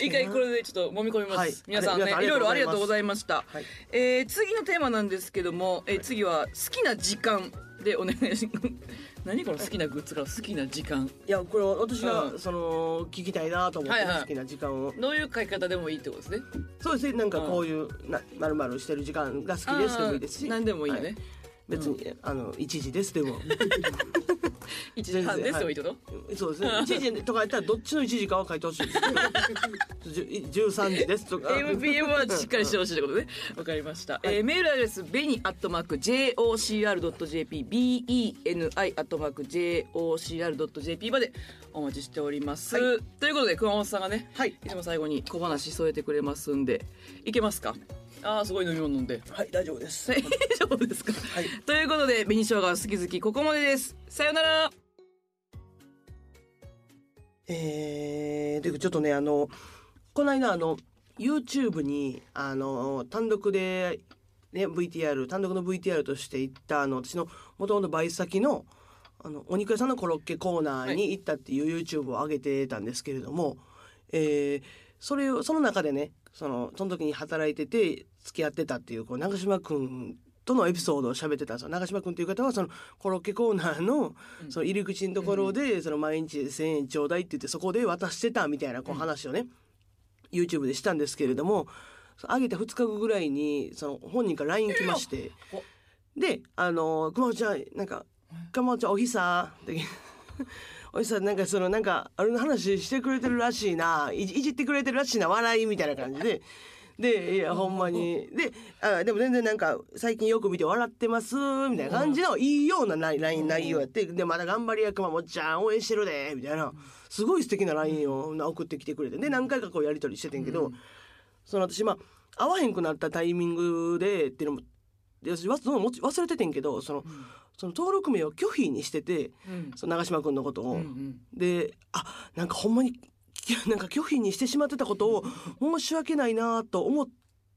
Speaker 1: 一
Speaker 2: な
Speaker 1: 回これでちょっと揉み込みます、
Speaker 2: はい
Speaker 1: 皆さんね
Speaker 2: あ
Speaker 1: い
Speaker 2: り
Speaker 1: ろいろあり
Speaker 2: 皆
Speaker 1: がと
Speaker 2: さんありがと
Speaker 1: うご
Speaker 2: うご
Speaker 1: ざいました、
Speaker 2: はい
Speaker 1: えー次のテーマなんですけども、えー次は好きな時間でお願いします 何この好きなグッズから好きな時間
Speaker 2: いやこれは私が、
Speaker 1: うん
Speaker 2: その聞きたいなと思って、
Speaker 1: はいはい
Speaker 2: 好きな時間を
Speaker 1: どういう書き方でもいいってことですね
Speaker 2: そうですねなんかこういう、なまるまるしてる時間が好きですでもいいですし
Speaker 1: あー何でもいいね、
Speaker 2: は別に、あの1時で すでも
Speaker 1: 1時半ですよ、い、いってこと
Speaker 2: そうですね1時とかやったらどっちの1時かは書いてほし いですじゅ13時ですとか
Speaker 1: MPM はしっかりしてほしいってことね。わかりました。えーメールアドレス、ベニアットマーク JOCR.JP、BENI アットマーク JOCR.JP までお待ちしております。
Speaker 2: は
Speaker 1: ということで、熊本さんがね、
Speaker 2: はい
Speaker 1: いつも最後に小話添えてくれますんで、いけますかああ、すごい飲み物飲んで。
Speaker 2: はい大丈夫です
Speaker 1: 大丈夫ですか、
Speaker 2: い
Speaker 1: ということで、紅生姜好き好き、ここまでです。さよなら
Speaker 2: えー、でちょっとねあのこの間あの YouTube にあの単独で、ね、VTR 単独の VTR として行ったあの私の元々バイト先のあのお肉屋さんのコロッケコーナーに行ったっていう YouTube を上げてたんですけれども、えーそれをその中でねそのその時に働いてて付き合ってたっていうこう長嶋君とのエピソードを喋ってたんですよ長嶋君という方はそのコロッケコーナーのその入り口のところで、その毎日1,000円ちょうだいって言ってそこで渡してたみたいなこう話をね、YouTube でしたんですけれども上げた2日後ぐらいにその本人から LINE 来まして
Speaker 1: お
Speaker 2: で「あの熊本ちゃんなんか熊本ちゃんおひさ」って おじさんなんかそのなんかあれの話してくれてるらしいないじいじってくれてるらしいな笑いみたいな感じで。でいやほんまにであでも全然なんか最近よく見て笑ってますみたいな感じのいいようなラインライン内容やってでまだ頑張りやくまもっちゃん応援してるでみたいなすごい素敵なラインを送ってきてくれてで何回かこうやり取りしててんけど、その私まあ会わへんくなったタイミングでっていうのもで私わそのもち忘れててんけどその,、その登録名を拒否にしてて
Speaker 1: うん
Speaker 2: その長嶋君のことを。
Speaker 1: うん
Speaker 2: であなんかほんまにき なんか拒否にしてしまってたことを申し訳ないなと思っ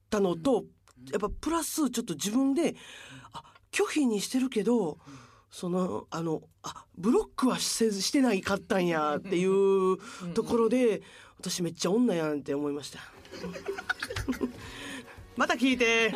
Speaker 2: たのとやっぱプラスちょっと自分であ拒否にしてるけどそのあのあブロックはせずしてないかったんやっていう
Speaker 1: うん
Speaker 2: ところで 私めっちゃ女やんって思いました。また聞いて